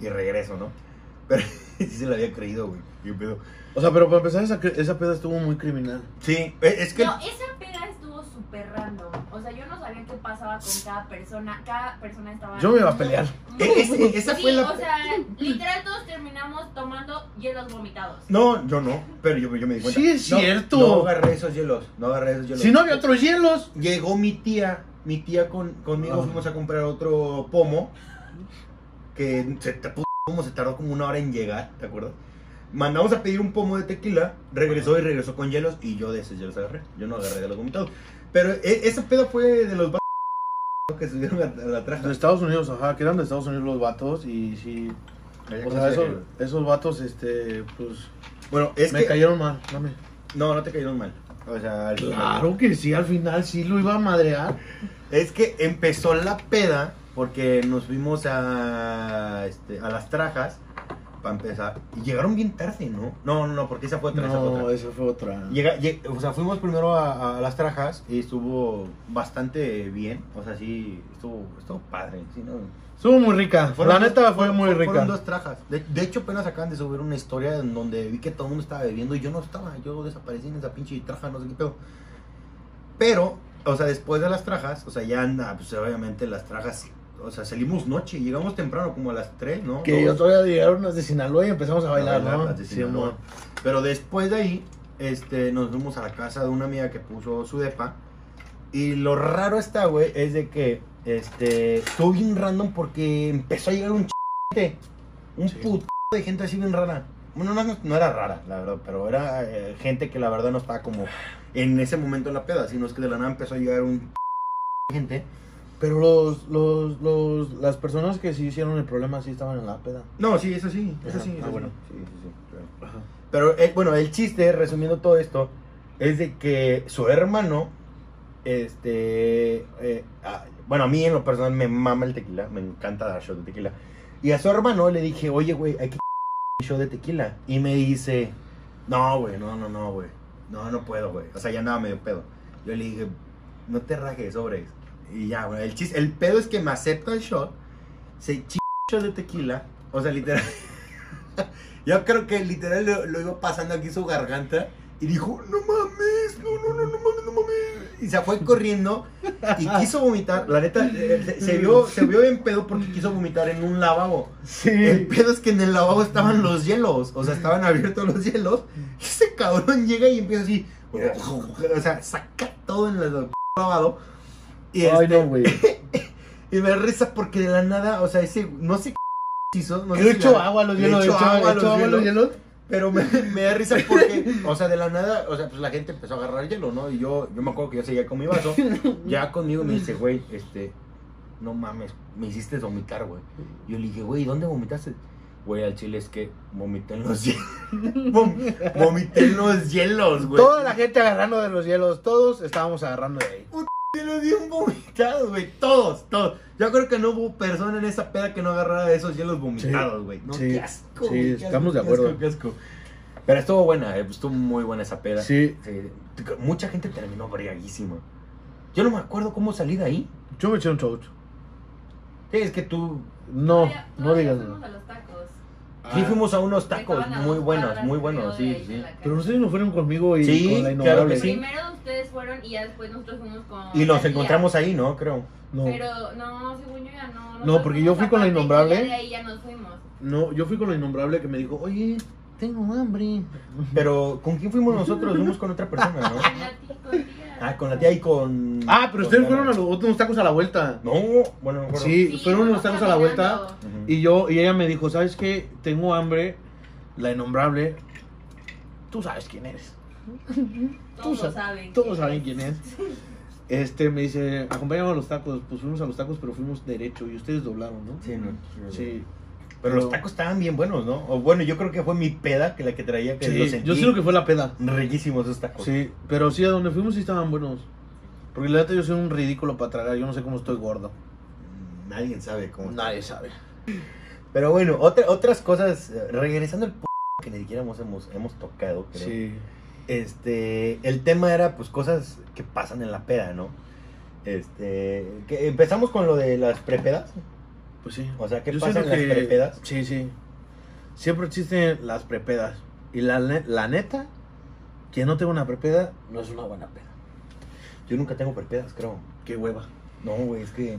Speaker 3: y regreso, ¿no? <laughs> Pero sí se lo había creído, güey. Qué pedo.
Speaker 1: O sea, pero para empezar, esa, esa peda estuvo muy criminal.
Speaker 3: Sí, e- es que...
Speaker 5: No, esa peda estuvo súper random. O sea, yo no sabía qué pasaba con cada persona. Cada persona estaba.
Speaker 1: Yo me iba a pelear.
Speaker 5: muy-
Speaker 3: e- es- esa
Speaker 5: Sí,
Speaker 3: fue la...
Speaker 5: O sea, literal todos terminamos tomando hielos vomitados.
Speaker 3: No, yo no, pero yo, yo me di cuenta.
Speaker 1: Sí, es
Speaker 3: No,
Speaker 1: cierto.
Speaker 3: No agarré esos hielos, no agarré esos hielos.
Speaker 1: Si no había otros hielos.
Speaker 3: Llegó mi tía, mi tía con, conmigo
Speaker 1: Ah.
Speaker 3: fuimos a comprar otro pomo que se te puso pomo, se tardó como una hora en llegar, ¿te acuerdas? Mandamos a pedir un pomo de tequila, regresó y regresó con hielos y yo de esos hielos agarré, yo no agarré de los vomitados. Pero e- ese pedo fue de los vatos que subieron a, a la
Speaker 1: De
Speaker 3: traja.
Speaker 1: Estados Unidos, ajá, que eran de Estados Unidos los vatos. Y sí. O sea, esos, esos vatos, este, pues.
Speaker 3: bueno, es
Speaker 1: me
Speaker 3: que
Speaker 1: cayeron mal. Dame.
Speaker 3: no, no te cayeron mal. O sea, al final-
Speaker 1: Claro que sí, al final sí lo iba a madrear.
Speaker 3: Es que empezó la peda porque nos fuimos a, este, a las trajas para empezar. Y llegaron bien tarde, ¿no? No, no, no, porque esa fue otra. esa fue
Speaker 1: No,
Speaker 3: otra.
Speaker 1: esa fue otra.
Speaker 3: Llega- lleg- o sea, fuimos primero a, a las trajas y estuvo bastante bien. O sea, sí, estuvo, estuvo padre. sí, ¿no?
Speaker 1: Estuvo muy rica.
Speaker 3: Fueron
Speaker 1: la
Speaker 3: dos-
Speaker 1: neta fue
Speaker 3: fueron-
Speaker 1: muy rica.
Speaker 3: Fueron dos trajas. De, de hecho, apenas acaban de subir una historia en donde vi que todo el mundo estaba bebiendo y yo no estaba. Yo desaparecí en esa pinche traja, no sé qué pedo. Pero, o sea, después de las trajas, o sea, ya anda, pues obviamente las trajas, o sea, salimos noche, llegamos temprano, como a las 3, ¿no?
Speaker 1: Que
Speaker 3: Dos.
Speaker 1: ellos todavía llegaron las de Sinaloa y empezamos a bailar,
Speaker 3: bailar
Speaker 1: ¿no?
Speaker 3: las de
Speaker 1: Sí,
Speaker 3: Sinaloa.
Speaker 1: amor.
Speaker 3: Pero después de ahí, este, nos fuimos a la casa de una amiga que puso su depa.
Speaker 4: Y lo raro está, güey, es de que este estuvo bien random porque empezó a llegar un ch gente, un
Speaker 3: Sí.
Speaker 4: puto de gente así bien rara. Bueno, no, no- no era rara, la verdad, pero era eh, gente que la verdad no estaba como
Speaker 3: En ese momento en la peda, sino es que de la nada empezó a llegar un
Speaker 4: gente.
Speaker 1: Pero los, los, los, las personas que sí hicieron el problema sí estaban en la peda.
Speaker 3: No, sí, eso sí, eso
Speaker 1: Ajá.
Speaker 3: sí.
Speaker 1: Ah,
Speaker 3: eso sí.
Speaker 1: bueno.
Speaker 4: Sí, sí, sí. claro. Pero eh, bueno, el chiste, resumiendo todo esto, es de que su hermano, este, eh, ah, bueno, a mí en lo personal me mama el tequila, me encanta dar show de tequila. Y a su hermano le dije, oye, güey,
Speaker 3: <laughs>
Speaker 4: hay que show de tequila. Y me dice,
Speaker 3: No, güey, no, no, no, güey. No, no puedo, güey. O sea, ya andaba medio pedo. Yo le dije, no te rajes, sobres. Y ya, güey. El, chis- el pedo es que me acepta el shot, se <laughs> ch- shot de tequila. O sea, literal. <laughs> Yo creo que literal lo, lo iba pasando aquí su garganta y dijo, no mames, no, no, no, no mames, no mames. Y se fue corriendo y quiso vomitar. La neta, eh, se, se vio, se vio en pedo porque quiso vomitar en un lavabo.
Speaker 1: Mm.
Speaker 3: El
Speaker 1: Sí.
Speaker 3: pedo es que en el lavabo estaban los hielos, o sea, estaban abiertos los hielos.
Speaker 1: Mm.
Speaker 3: Y ese cabrón llega y empieza así, o sea, saca todo en el lavado. Y,
Speaker 1: Ay,
Speaker 3: este,
Speaker 1: no, <laughs> güey.
Speaker 3: y me da risa porque de la nada, o sea, ese, no sé qué hizo, no sé
Speaker 1: Le
Speaker 3: si
Speaker 1: echo
Speaker 3: la-
Speaker 1: agua a los
Speaker 3: le
Speaker 1: hielos. Le
Speaker 3: echó
Speaker 1: echo agua a los
Speaker 3: hielos.
Speaker 1: hielos.
Speaker 3: Pero me, me da risa
Speaker 1: <laughs>
Speaker 3: porque, o sea, de la nada, o sea, pues la gente empezó a agarrar hielo, ¿no? Y yo, yo me acuerdo que yo seguía con mi vaso,
Speaker 1: <laughs>
Speaker 3: ya conmigo me dice, güey, este, no mames, me hiciste vomitar, güey. Yo le dije, güey, ¿dónde vomitaste? Güey, al chile es que vomité en los hielos. <laughs> Vom- vomité en los hielos, güey.
Speaker 1: Toda la gente agarrando de los hielos. Todos estábamos agarrando de ahí.
Speaker 3: Se lo di un vomitado, güey, todos, todos. Yo creo que no hubo persona en esa peda que no agarrara esos hielos vomitados, güey. No,
Speaker 1: sí,
Speaker 3: qué asco,
Speaker 1: sí,
Speaker 3: güey, qué asco,
Speaker 1: estamos de
Speaker 3: qué asco,
Speaker 1: acuerdo.
Speaker 3: qué asco. Pero estuvo buena, eh, estuvo muy buena esa peda.
Speaker 1: Sí.
Speaker 3: Sí, t- Mucha gente terminó bregadísima. Yo no me acuerdo cómo salí de ahí.
Speaker 1: Yo me eché un show.
Speaker 3: Sí, es que tú.
Speaker 1: No,
Speaker 5: Todavía-
Speaker 1: no
Speaker 5: todavía
Speaker 1: digas
Speaker 5: fuimos
Speaker 1: nada.
Speaker 5: a los tacos.
Speaker 1: Ah.
Speaker 3: Sí, fuimos a unos
Speaker 5: Que
Speaker 3: tacos
Speaker 5: estaban a
Speaker 3: muy
Speaker 5: dos
Speaker 3: buenos,
Speaker 5: cuadras
Speaker 3: muy
Speaker 5: y medio
Speaker 3: buenos,
Speaker 5: de
Speaker 3: sí,
Speaker 5: ahí de
Speaker 3: sí.
Speaker 5: la casa.
Speaker 1: Pero ustedes no fueron conmigo y
Speaker 3: Sí,
Speaker 1: con la
Speaker 3: claro
Speaker 1: innombrable.
Speaker 3: que sí.
Speaker 5: Primero ustedes fueron y ya después nosotros fuimos con.
Speaker 4: y nos
Speaker 5: la tía.
Speaker 4: encontramos ahí, ¿no? Creo.
Speaker 1: No,
Speaker 5: Pero no, según yo ya no.
Speaker 1: No,
Speaker 5: nosotros
Speaker 1: porque yo
Speaker 5: fuimos
Speaker 1: fui con la
Speaker 5: aparte y
Speaker 1: innombrable.
Speaker 5: ya De ahí ya nos fuimos.
Speaker 1: no, yo fui con la innombrable que me dijo, oye, tengo hambre.
Speaker 4: Pero, ¿con quién
Speaker 5: <laughs>
Speaker 4: fuimos nosotros? Fuimos con otra persona, ¿no?
Speaker 5: Con la tía- con tía.
Speaker 4: Ah, con la tía y con...
Speaker 1: Ah, pero
Speaker 4: con
Speaker 1: ustedes
Speaker 4: Dana.
Speaker 1: fueron a los otros tacos a la vuelta.
Speaker 4: No, bueno, no me acuerdo.
Speaker 1: Sí, fueron unos
Speaker 5: vamos
Speaker 1: tacos a la vuelta.
Speaker 5: caminando.
Speaker 4: Ujú.
Speaker 1: Y yo, y ella me dijo, ¿sabes qué? Tengo hambre, la innombrable. Tú sabes quién eres.
Speaker 5: Todos
Speaker 1: sa-
Speaker 5: saben.
Speaker 1: Todos saben quién es.
Speaker 5: <laughs>
Speaker 1: Este me dice, acompáñame a los tacos. Pues fuimos a los tacos, pero fuimos derecho. Y ustedes doblaron, ¿no?
Speaker 4: Sí, no, no, no.
Speaker 1: Sí.
Speaker 4: Pero los tacos estaban bien buenos, ¿no? O bueno, yo creo que fue mi peda que la que traía que
Speaker 1: Sí,
Speaker 4: los sentí.
Speaker 1: yo creo que fue la peda.
Speaker 4: Riquísimos esos tacos.
Speaker 1: Sí, pero sí, a donde fuimos sí estaban buenos. Porque la neta yo soy un ridículo para tragar. Yo no sé cómo estoy gordo.
Speaker 4: Mm, Nadie sabe cómo.
Speaker 1: Nadie sabe.
Speaker 4: Pero bueno, otra- otras cosas. eh, Regresando al p que ni siquiera hemos, hemos, hemos tocado, creo.
Speaker 1: Sí.
Speaker 4: Este, el tema era pues cosas que pasan en la peda, ¿no? Este, que empezamos con lo de las prepedas.
Speaker 1: Pues sí.
Speaker 4: O sea, ¿qué
Speaker 1: Yo
Speaker 4: pasa en
Speaker 1: siento
Speaker 4: las
Speaker 1: que-
Speaker 4: prepedas?
Speaker 1: Sí, sí. Siempre existen las prepedas. Y la, ne- la neta, quien no tenga una prepeda, no es una buena peda.
Speaker 4: Yo nunca tengo prepedas, creo.
Speaker 1: Qué hueva.
Speaker 4: No, güey, es que.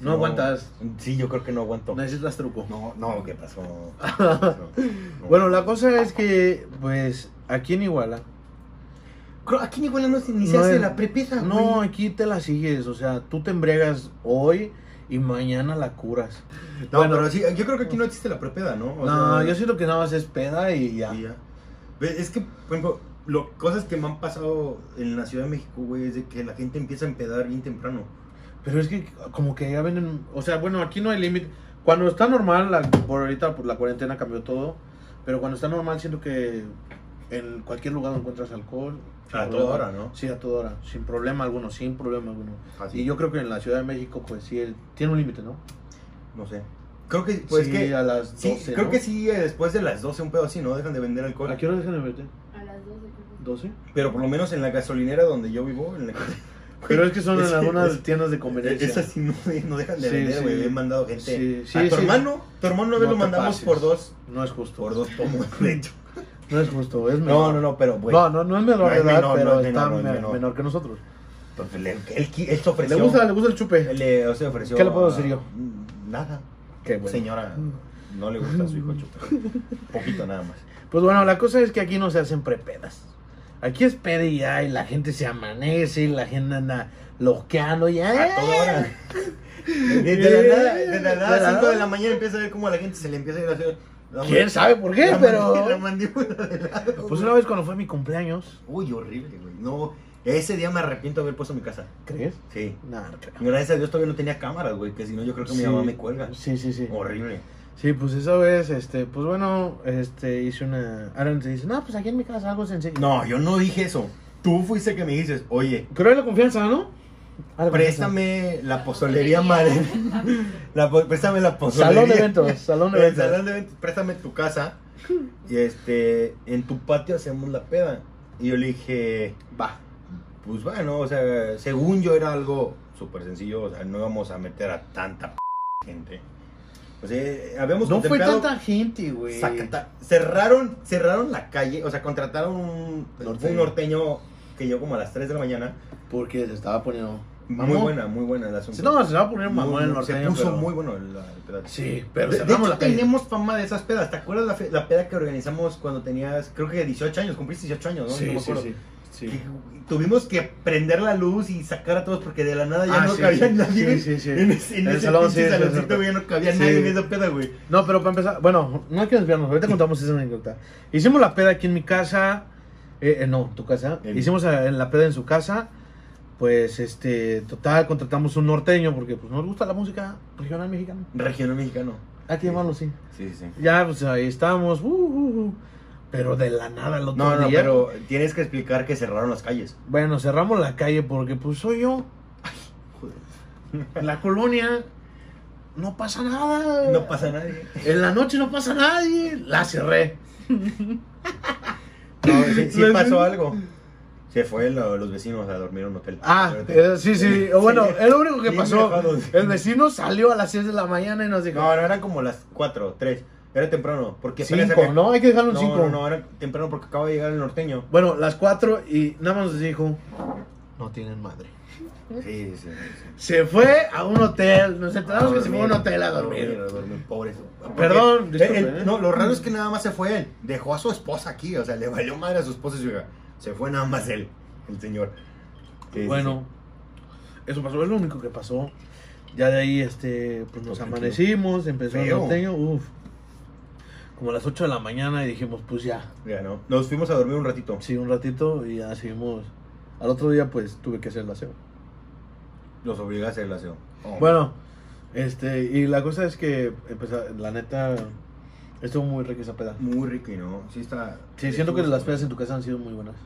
Speaker 1: No aguantas.
Speaker 4: Sí, yo creo que no aguanto.
Speaker 1: Necesitas truco.
Speaker 4: No, no, ¿qué
Speaker 1: <laughs>
Speaker 4: pasó? No, no.
Speaker 1: Bueno, la cosa es que, pues, aquí en Iguala,
Speaker 3: Creo- Aquí ni no se- ni se
Speaker 1: No,
Speaker 3: hace
Speaker 1: el-
Speaker 3: la
Speaker 4: Ah,
Speaker 3: prepeza,
Speaker 1: no, aquí te la sigues. O sea, tú te embregas hoy y mañana la curas.
Speaker 3: No,
Speaker 1: Bueno.
Speaker 3: pero sí, yo creo que aquí no existe la prepeda, ¿no? O
Speaker 1: no,
Speaker 3: sea,
Speaker 1: yo siento que nada más es peda y ya.
Speaker 3: Y ya. Ve, Es que, por ejemplo, lo- cosas que me han pasado en la Ciudad de México, güey, es de que la gente empieza a empedar bien temprano.
Speaker 1: Pero es que como que ya venden, o sea, bueno, aquí no hay límite. Cuando está normal, la- por ahorita por la cuarentena cambió todo, pero cuando está normal siento que en cualquier lugar encuentras alcohol.
Speaker 3: A
Speaker 1: Sin
Speaker 3: toda
Speaker 1: problema.
Speaker 3: hora, ¿no?
Speaker 1: Sí, a toda hora, sin problema alguno, sin problema alguno.
Speaker 3: Así.
Speaker 1: Y yo creo que en la Ciudad de México, pues sí, el- tiene un límite, ¿no?
Speaker 3: No sé. Creo que, pues
Speaker 1: sí,
Speaker 3: que,
Speaker 1: a las 12,
Speaker 3: sí, creo
Speaker 1: ¿no?
Speaker 3: que sí, eh, después de las 12, un pedo así, ¿no? Dejan de vender alcohol.
Speaker 1: ¿A qué hora dejan de verte?
Speaker 5: A las 12 creo que-
Speaker 1: ¿12?
Speaker 3: Pero por lo menos en la gasolinera donde yo vivo, en la que-
Speaker 1: Pero es que son en
Speaker 3: Es que-
Speaker 1: algunas
Speaker 3: es-
Speaker 1: tiendas de <laughs> conveniencia.
Speaker 3: Esas sí no, <laughs> no dejan de
Speaker 1: Sí,
Speaker 3: vender, güey.
Speaker 1: sí.
Speaker 3: He mandado gente.
Speaker 1: Sí, sí,
Speaker 3: a tu
Speaker 1: sí.
Speaker 3: hermano, tu hermano una vez
Speaker 1: No
Speaker 3: lo
Speaker 1: te
Speaker 3: mandamos
Speaker 1: pases.
Speaker 3: por dos,
Speaker 1: No es justo.
Speaker 3: por dos pomos, de hecho.
Speaker 1: <laughs> No es justo, es
Speaker 4: No,
Speaker 1: menor.
Speaker 4: no, no, pero bueno.
Speaker 1: No, no, no es menor
Speaker 4: No
Speaker 1: de
Speaker 4: es
Speaker 1: edad,
Speaker 4: menor,
Speaker 1: pero
Speaker 4: no es
Speaker 1: está
Speaker 4: menor, no es
Speaker 1: me-
Speaker 4: menor.
Speaker 1: menor que nosotros.
Speaker 4: Pues, le- él, qui- él se ofreció.
Speaker 1: Le gusta, le gusta el chupe.
Speaker 4: le- o sea, ofreció
Speaker 1: ¿Qué le puedo
Speaker 4: a-
Speaker 1: decir yo?
Speaker 4: Nada.
Speaker 1: Qué bueno.
Speaker 4: Señora, no
Speaker 1: <laughs>
Speaker 4: le gusta a su hijo el chupe. Poquito nada más.
Speaker 1: Pues bueno, la cosa es que aquí no se hacen prepedas. Aquí es pede y ay, la gente se amanece, la gente anda loqueando y "Eh, ay.
Speaker 3: A toda hora. Eh. De, de la nada, de la nada, a las 5 de la mañana empieza a ver cómo a la gente se le empieza a ir hacia. la-
Speaker 1: ¿Quién sabe por qué?
Speaker 3: la mandi- La
Speaker 1: Pero.
Speaker 3: mandíbula de lado.
Speaker 1: Pues una vez cuando fue mi cumpleaños.
Speaker 3: Uy, horrible, güey. No, ese día me arrepiento de haber puesto mi casa.
Speaker 1: ¿Crees?
Speaker 3: Sí.
Speaker 1: Nah, no creo.
Speaker 3: Gracias a Dios todavía no tenía cámaras, güey, que si no yo creo que mi
Speaker 1: Sí.
Speaker 3: mamá me cuelga.
Speaker 1: Sí, sí, sí.
Speaker 3: Horrible.
Speaker 1: Sí, pues esa vez, este, pues bueno, este, hice una. Aaron se dice, no, pues aquí en mi casa algo sencillo.
Speaker 3: No, yo no dije eso. Tú fuiste que me dices, oye,
Speaker 1: Pero hay la confianza, ¿no? Hay la
Speaker 3: préstame la
Speaker 1: <laughs>
Speaker 3: pozolería madre. La po- préstame la
Speaker 1: confianza.
Speaker 3: pozolería.
Speaker 1: Salón de eventos, salón de
Speaker 3: El
Speaker 1: eventos.
Speaker 3: salón de eventos, préstame tu casa. Y este, en tu patio hacemos la peda. Y yo le dije, va. Pues bueno, o sea, según yo era algo súper sencillo, o sea, no íbamos a meter a tanta p- gente. O sea, habíamos
Speaker 1: No fue
Speaker 3: contemplado-
Speaker 1: tanta gente, güey.
Speaker 3: Zacata- Cerraron, cerraron la calle, o sea, contrataron un fue un norteño,
Speaker 1: Norteño.
Speaker 3: que llegó como a las 3 de la mañana.
Speaker 1: Porque se estaba poniendo.
Speaker 3: Muy
Speaker 1: mamón.
Speaker 3: buena, muy buena el asunto.
Speaker 1: Sí, No, se va a poner
Speaker 3: Muy,
Speaker 1: mamón el
Speaker 3: muy-
Speaker 1: norteño.
Speaker 3: Se puso
Speaker 1: pero-
Speaker 3: muy bueno el, el pedazo.
Speaker 1: Sí, pero
Speaker 3: de, de
Speaker 1: cerramos
Speaker 3: hecho,
Speaker 1: la calle.
Speaker 3: tenemos fama de esas pedas. ¿Te acuerdas la, fe- la peda que organizamos cuando tenías, creo que 18 años? Cumpliste 18 años, ¿no?
Speaker 1: Sí,
Speaker 3: No me
Speaker 1: sí,
Speaker 3: acuerdo.
Speaker 1: sí. sí.
Speaker 3: Que tuvimos que prender la luz y sacar a todos porque de la nada ya
Speaker 1: Ah,
Speaker 3: no
Speaker 1: sí,
Speaker 3: cabía
Speaker 1: sí,
Speaker 3: nadie.
Speaker 1: sí, sí, sí.
Speaker 3: En ese, en
Speaker 1: El
Speaker 3: ese
Speaker 1: salón,
Speaker 3: pinche
Speaker 1: sí, es
Speaker 3: saloncito,
Speaker 1: cierto.
Speaker 3: güey, ya no cabía
Speaker 1: Sí.
Speaker 3: nadie en esa peda, güey.
Speaker 1: No, pero para empezar, bueno, no hay que desviarnos,
Speaker 3: <clears throat>
Speaker 1: ahorita contamos esa anécdota. Hicimos la peda aquí en mi casa, eh, eh, no, en tu casa,
Speaker 3: En-
Speaker 1: hicimos eh, la peda en su casa, pues este, total, contratamos un norteño porque pues nos gusta la música regional mexicana.
Speaker 3: Regional mexicano.
Speaker 1: Hay que llamarlo, sí.
Speaker 3: Sí, sí, sí.
Speaker 1: Ya, pues ahí estamos, uh, uh, uh, pero de la nada el otro
Speaker 3: No, no,
Speaker 1: día.
Speaker 3: pero tienes que explicar que cerraron las calles.
Speaker 1: Bueno, cerramos la calle porque pues soy yo, la colonia, no pasa nada.
Speaker 3: No pasa nadie.
Speaker 1: En la noche no pasa nadie, la cerré.
Speaker 3: No, sí, sí
Speaker 1: Lo
Speaker 3: pasó
Speaker 1: entiendo.
Speaker 3: algo. Se fue lo- los vecinos a dormir a un hotel.
Speaker 1: Ah,
Speaker 3: Pero-
Speaker 1: eh, sí, sí. Bueno,
Speaker 3: Sí.
Speaker 1: es lo único que
Speaker 3: Bien
Speaker 1: pasó.
Speaker 3: enojados.
Speaker 1: El vecino salió a las 6 de la mañana y nos dijo.
Speaker 3: No, no, eran como las 4, 3. Era temprano. Porque apenas
Speaker 1: cinco,
Speaker 3: había-
Speaker 1: ¿no? Hay que dejarlo en
Speaker 3: No,
Speaker 1: 5.
Speaker 3: no, no, era temprano porque acaba de llegar el norteño.
Speaker 1: Bueno, las 4 y nada más nos dijo. No tienen madre.
Speaker 3: Sí, sí, sí.
Speaker 1: Se fue a un hotel. Nos enteramos que se fue a un
Speaker 3: dormir,
Speaker 1: hotel a dormir.
Speaker 3: A dormir, pobres.
Speaker 1: Perdón,
Speaker 3: Porque él-
Speaker 1: disculpe,
Speaker 3: él-
Speaker 1: ¿eh?
Speaker 3: no, lo raro es que nada más se fue él. Dejó a su esposa aquí. O sea, le valió madre a su esposa y su hija. Se fue nada más él, el señor. Sí, sí,
Speaker 1: Bueno, eso pasó. Es lo único que pasó. Ya de ahí, este, pues nos
Speaker 3: Tranquilo.
Speaker 1: amanecimos. Empezó el
Speaker 3: Feo.
Speaker 1: norteño. Uf. Como a las 8 de la mañana y dijimos, pues ya.
Speaker 3: sí. Ya, ¿no? Nos fuimos a dormir un ratito.
Speaker 1: Sí, un ratito y ya seguimos. Al otro día, pues tuve que hacer la aseo.
Speaker 3: Los obligó a hacer el aseo. Oh,
Speaker 1: Bueno, este, y la cosa es que, eh, pues, a- la neta, estuvo muy rica esa peda.
Speaker 3: Muy rico y no. Sí, está.
Speaker 1: Sí, siento que las pedas en tu casa han sido muy buenas.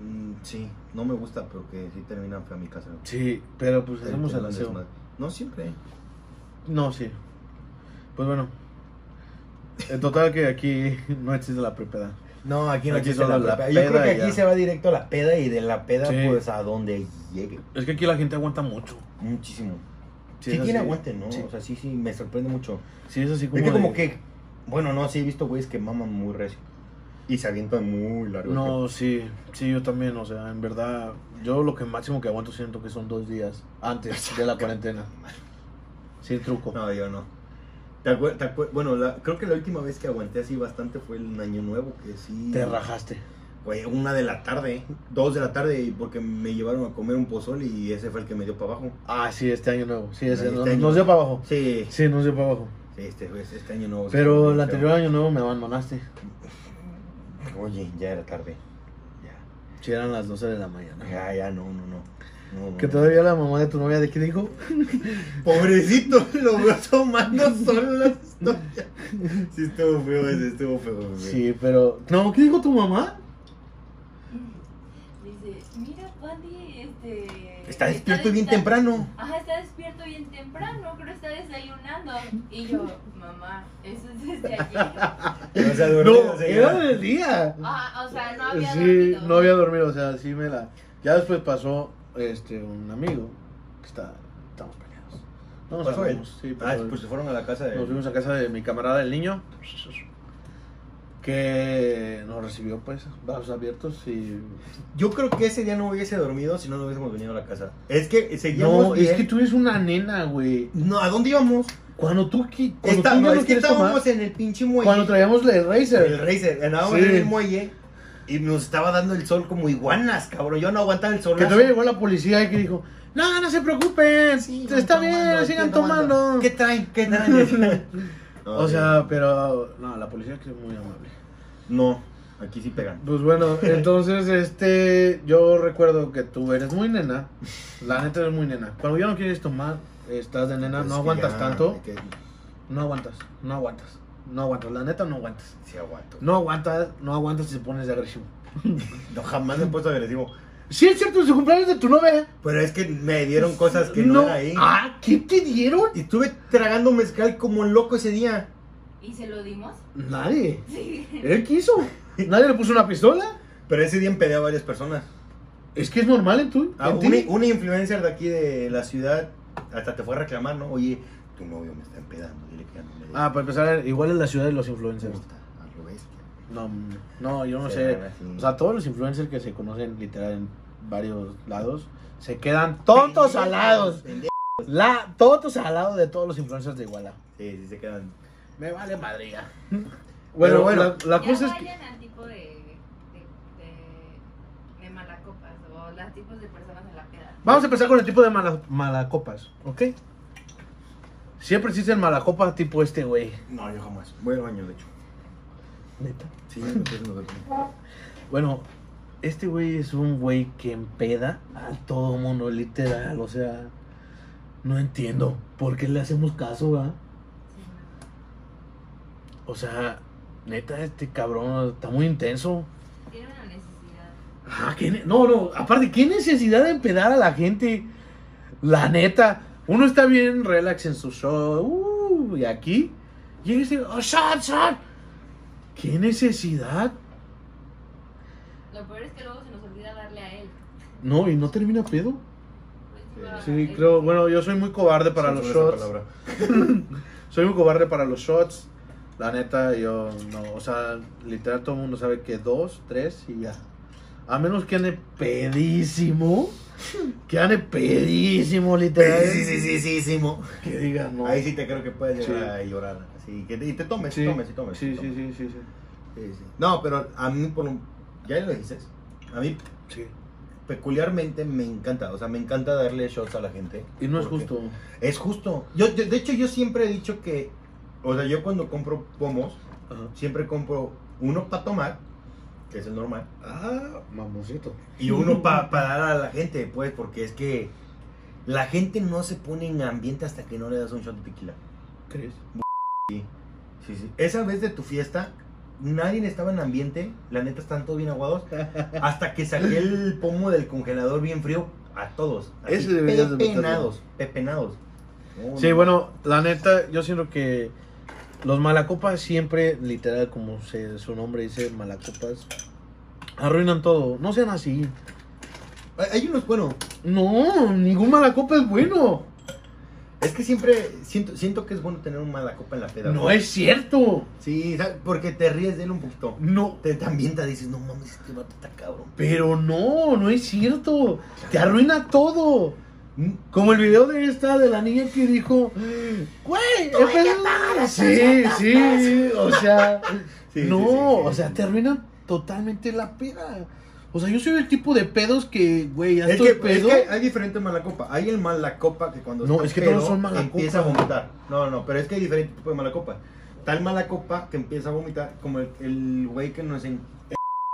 Speaker 3: Mm, Sí, no me gusta, pero que sí terminan fea mi casa.
Speaker 1: Sí, pero pues hacemos el
Speaker 3: Terminan
Speaker 1: aseo.
Speaker 3: desmadre. No siempre.
Speaker 1: No, sí. Pues bueno. En total que aquí <laughs> no existe la prepeda.
Speaker 3: No, aquí
Speaker 1: no
Speaker 3: no
Speaker 1: existe
Speaker 3: existe la,
Speaker 1: la
Speaker 3: peda.
Speaker 1: peda
Speaker 3: Yo creo que
Speaker 1: y
Speaker 3: aquí
Speaker 1: ya.
Speaker 3: se va directo a la peda y de la peda,
Speaker 1: Sí.
Speaker 3: pues a donde llegue.
Speaker 1: Es que aquí la gente aguanta mucho.
Speaker 3: Muchísimo. Sí,
Speaker 1: es
Speaker 3: tiene
Speaker 1: así.
Speaker 3: aguante, ¿no?
Speaker 1: Sí.
Speaker 3: O sea, sí, sí, me sorprende mucho.
Speaker 1: Sí, es así como.
Speaker 3: es que, como
Speaker 1: de-
Speaker 3: que. Bueno, no, sí, he visto güeyes que maman muy recio. Y se avientan muy largo.
Speaker 1: No, sí, sí, yo también, o sea, en verdad, yo lo que máximo que aguanto siento que son dos días <laughs> antes de la cuarentena. Sin truco.
Speaker 3: No, yo no. ¿Te acuer- te acuer- bueno, la- creo que la última vez que aguanté así bastante fue el Año Nuevo, que sí.
Speaker 1: Te rajaste.
Speaker 3: Güey, una de la tarde, dos de la tarde, y porque me llevaron a comer un pozole y ese fue el que me dio para abajo.
Speaker 1: Ah, sí, este año nuevo. Sí, ese,
Speaker 3: Este
Speaker 1: no-
Speaker 3: año.
Speaker 1: nos dio para abajo.
Speaker 3: Sí,
Speaker 1: Sí, nos dio para abajo.
Speaker 3: este, pues, este año no.
Speaker 1: Pero el anterior año nuevo me abandonaste.
Speaker 3: Oye, ya era tarde.
Speaker 1: Si eran las 12 de la mañana.
Speaker 3: Ya, ya, ya, no, no, no. No, no,
Speaker 1: Que
Speaker 3: no.
Speaker 1: todavía la mamá de tu novia de qué dijo.
Speaker 3: Pobrecito, <laughs> lo veo tomando solo
Speaker 1: <laughs>
Speaker 3: la historia. Sí, estuvo feo ese, estuvo feo. güey.
Speaker 1: Sí, pero. No, ¿qué dijo tu mamá?
Speaker 5: <laughs> Dice, mira, Pandi, este...
Speaker 3: Está despierto y bien
Speaker 5: está-
Speaker 3: temprano.
Speaker 5: Ajá, está despierto bien temprano, creo que está desayunando. Y yo, mamá, eso es desde ayer.
Speaker 3: O sea, dormido,
Speaker 1: No,
Speaker 3: o sea,
Speaker 1: era
Speaker 3: ya.
Speaker 1: del día.
Speaker 5: Ah, o sea, no había
Speaker 1: sí,
Speaker 5: dormido.
Speaker 1: no había dormido, o sea, sí me la. Ya después pasó este un amigo que está. Estamos peleados. No nos
Speaker 3: Pasó él.
Speaker 1: hablamos, Sí, pasó
Speaker 3: Ah,
Speaker 1: él.
Speaker 3: pues se fueron a la casa de.
Speaker 1: Nos fuimos a casa de mi camarada el niño. Que nos recibió pues brazos abiertos y.
Speaker 3: Yo creo que ese día no hubiese dormido si no nos hubiésemos venido a la casa. Es que seguíamos.
Speaker 1: No, es
Speaker 3: bien.
Speaker 1: que tú eres una nena, güey.
Speaker 3: No, ¿a dónde íbamos?
Speaker 1: Cuando tú, qui- cuando
Speaker 3: Está-
Speaker 1: tú ya
Speaker 3: no,
Speaker 1: no
Speaker 3: es que
Speaker 1: quieres tomar,
Speaker 3: estábamos en el pinche muelle.
Speaker 1: cuando traíamos el Razer.
Speaker 3: El Racer, andábamos
Speaker 1: Sí.
Speaker 3: en el muelle y nos estaba dando el sol como iguanas, cabrón. Yo no aguantaba el sol.
Speaker 1: Que todavía llegó la policía y que dijo, no, no se preocupen, está bien, sigan tomando.
Speaker 3: ¿Qué traen? ¿Qué traen?
Speaker 1: <laughs>
Speaker 3: eh,
Speaker 1: O sea, pero no, la policía que es muy amable.
Speaker 3: no, aquí sí pegan.
Speaker 1: Pues bueno, <laughs> entonces este yo recuerdo que tú eres muy nena. La neta eres muy nena. Cuando ya no quieres tomar, estás de nena,
Speaker 3: Pues
Speaker 1: no
Speaker 3: que
Speaker 1: aguantas
Speaker 3: ya,
Speaker 1: tanto.
Speaker 3: que-
Speaker 1: No aguantas, no aguantas. No aguantas, la neta no aguantas.
Speaker 3: Sí aguanto.
Speaker 1: No aguantas, no aguantas y te pones de agresivo.
Speaker 3: No, jamás me he puesto agresivo.
Speaker 1: Sí, es cierto, su cumpleaños de tu novia.
Speaker 3: Pero es que me dieron cosas que no, era ahí.
Speaker 1: Ah, ¿qué te dieron?
Speaker 3: Y estuve tragando mezcal como loco ese día.
Speaker 5: ¿Y se lo dimos? <laughs>
Speaker 1: Nadie.
Speaker 5: Sí.
Speaker 1: Él
Speaker 3: <laughs>
Speaker 1: quiso. Nadie le puso una pistola.
Speaker 3: Pero ese día empedé a varias personas.
Speaker 1: Es que es normal en tú.
Speaker 3: Ah,
Speaker 1: en
Speaker 3: una,
Speaker 1: ti.
Speaker 3: una influencer de aquí de la ciudad hasta te fue a reclamar, ¿no? Oye, tu novio me está empedando. Dile que ya no me
Speaker 1: Ah, para empezar, igual en la ciudad de los influencers.
Speaker 3: gusta. A lo bestia.
Speaker 1: No, no, yo no
Speaker 3: Sí,
Speaker 1: sé.
Speaker 3: ahora sí.
Speaker 1: O sea, todos los influencers que se conocen literal en varios lados se quedan tontos alados.
Speaker 3: Pendejos.
Speaker 1: La, tontos alados de todos los influencers de Iguala.
Speaker 3: Sí, sí, se quedan.
Speaker 1: Me vale madre ya. Bueno,
Speaker 3: Pero
Speaker 1: bueno,
Speaker 3: bueno.
Speaker 1: la, la
Speaker 5: ya
Speaker 1: cosa es que.
Speaker 5: vayan al tipo de, de, de, de malacopas o los tipos de personas en la peda.
Speaker 1: Vamos a empezar con el tipo de mala- malacopas, ¿ok? Siempre existen malacopas tipo este, güey.
Speaker 3: No, yo jamás. Voy al baño, de hecho.
Speaker 1: Neta.
Speaker 3: Sí, me estoy haciendo del baño.
Speaker 1: Bueno, este güey es un güey que empeda a todo mundo, literal. O sea, no entiendo por qué le hacemos caso, ¿verdad? O sea, neta, este cabrón está muy intenso.
Speaker 5: Tiene una necesidad.
Speaker 1: Ah, ¿qué ne- no, no, aparte, ¿qué necesidad de empedar a la gente? La neta, uno está bien relax en su show, uh, y aquí llega este, oh, shot, shot. ¿Qué necesidad?
Speaker 5: Lo peor es que luego se nos olvida darle a él.
Speaker 1: No, y no termina pedo.
Speaker 5: Pues, va,
Speaker 1: Sí,
Speaker 5: él-
Speaker 1: creo, bueno, yo soy muy cobarde para
Speaker 3: Sí,
Speaker 1: los
Speaker 3: sobre esa
Speaker 1: shots.
Speaker 3: palabra.
Speaker 1: Soy muy cobarde para los shots. La neta, yo no. O sea, literal, todo el mundo sabe que dos, tres y ya. A menos que ande pedísimo. Que ande pedísimo, literal.
Speaker 3: Sí, sí, sí, sí, sí, mo.
Speaker 1: Que diga, no.
Speaker 3: Ahí sí te creo que puedes
Speaker 1: Sí.
Speaker 3: llegar a llorar. Así que te, y te tomes,
Speaker 1: Sí,
Speaker 3: tomes, y tomes.
Speaker 1: Sí,
Speaker 3: y
Speaker 1: sí,
Speaker 3: tomes.
Speaker 1: sí, sí, sí.
Speaker 3: Sí, sí. No, pero a mí, por lo. Ya lo dices. A mí,
Speaker 1: Sí.
Speaker 3: peculiarmente, me encanta. O sea, me encanta darle shots a la gente.
Speaker 1: Y no es
Speaker 3: Porque-
Speaker 1: justo.
Speaker 3: Es justo. Yo, yo- de hecho, yo siempre he dicho que. O sea, yo cuando compro pomos,
Speaker 1: Ajá.
Speaker 3: siempre compro uno para tomar, que es el normal,
Speaker 1: Ah, mamoncito.
Speaker 3: y uno para dar a la gente, pues, porque es que. La gente no se pone en ambiente hasta que no le das un shot de tequila.
Speaker 1: ¿Crees?
Speaker 3: Sí, sí. Esa vez de tu fiesta, nadie estaba en ambiente. La neta, están todos bien aguados.
Speaker 1: <laughs>
Speaker 3: Hasta que saqué el pomo del congelador bien frío a todos. así,
Speaker 1: Ese deberías de meterlo.
Speaker 3: pepenados, pepenados. No,
Speaker 1: Sí,
Speaker 3: no.
Speaker 1: bueno, la neta, yo siento que los malacopas siempre, literal, como se- su nombre dice, malacopas, arruinan todo. No sean así.
Speaker 3: Hay- Hay unos, bueno,
Speaker 1: No, ningún malacopa es bueno.
Speaker 3: es que siempre siento, siento que es bueno tener un mala copa en la peda.
Speaker 1: No
Speaker 3: güey.
Speaker 1: es cierto.
Speaker 3: Sí, ¿sabes? porque te ríes de él un poquito.
Speaker 1: No,
Speaker 3: Te, te ambienta, dices, no mames, este vato está cabrón.
Speaker 1: pero no, no es cierto. Te arruina todo. Como el video de esta, de la niña que dijo, güey,
Speaker 3: Tú
Speaker 1: empezó-".
Speaker 3: ya paga las
Speaker 1: Sí,
Speaker 3: pesetas,
Speaker 1: sí, o sea,
Speaker 3: Sí, sí,
Speaker 1: no,
Speaker 3: sí, sí,
Speaker 1: o
Speaker 3: sí,
Speaker 1: sea,
Speaker 3: sí.
Speaker 1: te arruina totalmente la peda. O sea, yo soy el tipo de pedos que, güey, ya
Speaker 3: Es
Speaker 1: estoy
Speaker 3: que,
Speaker 1: pedo.
Speaker 3: es que hay diferente mala copa. Hay el mala copa que cuando
Speaker 1: No,
Speaker 3: está
Speaker 1: es que
Speaker 3: pedo,
Speaker 1: todos son mala
Speaker 3: empieza
Speaker 1: copa.
Speaker 3: a vomitar. No, no, pero es que hay diferente tipo de mala copa. Tal mala copa que empieza a vomitar, como el- el güey que nos en...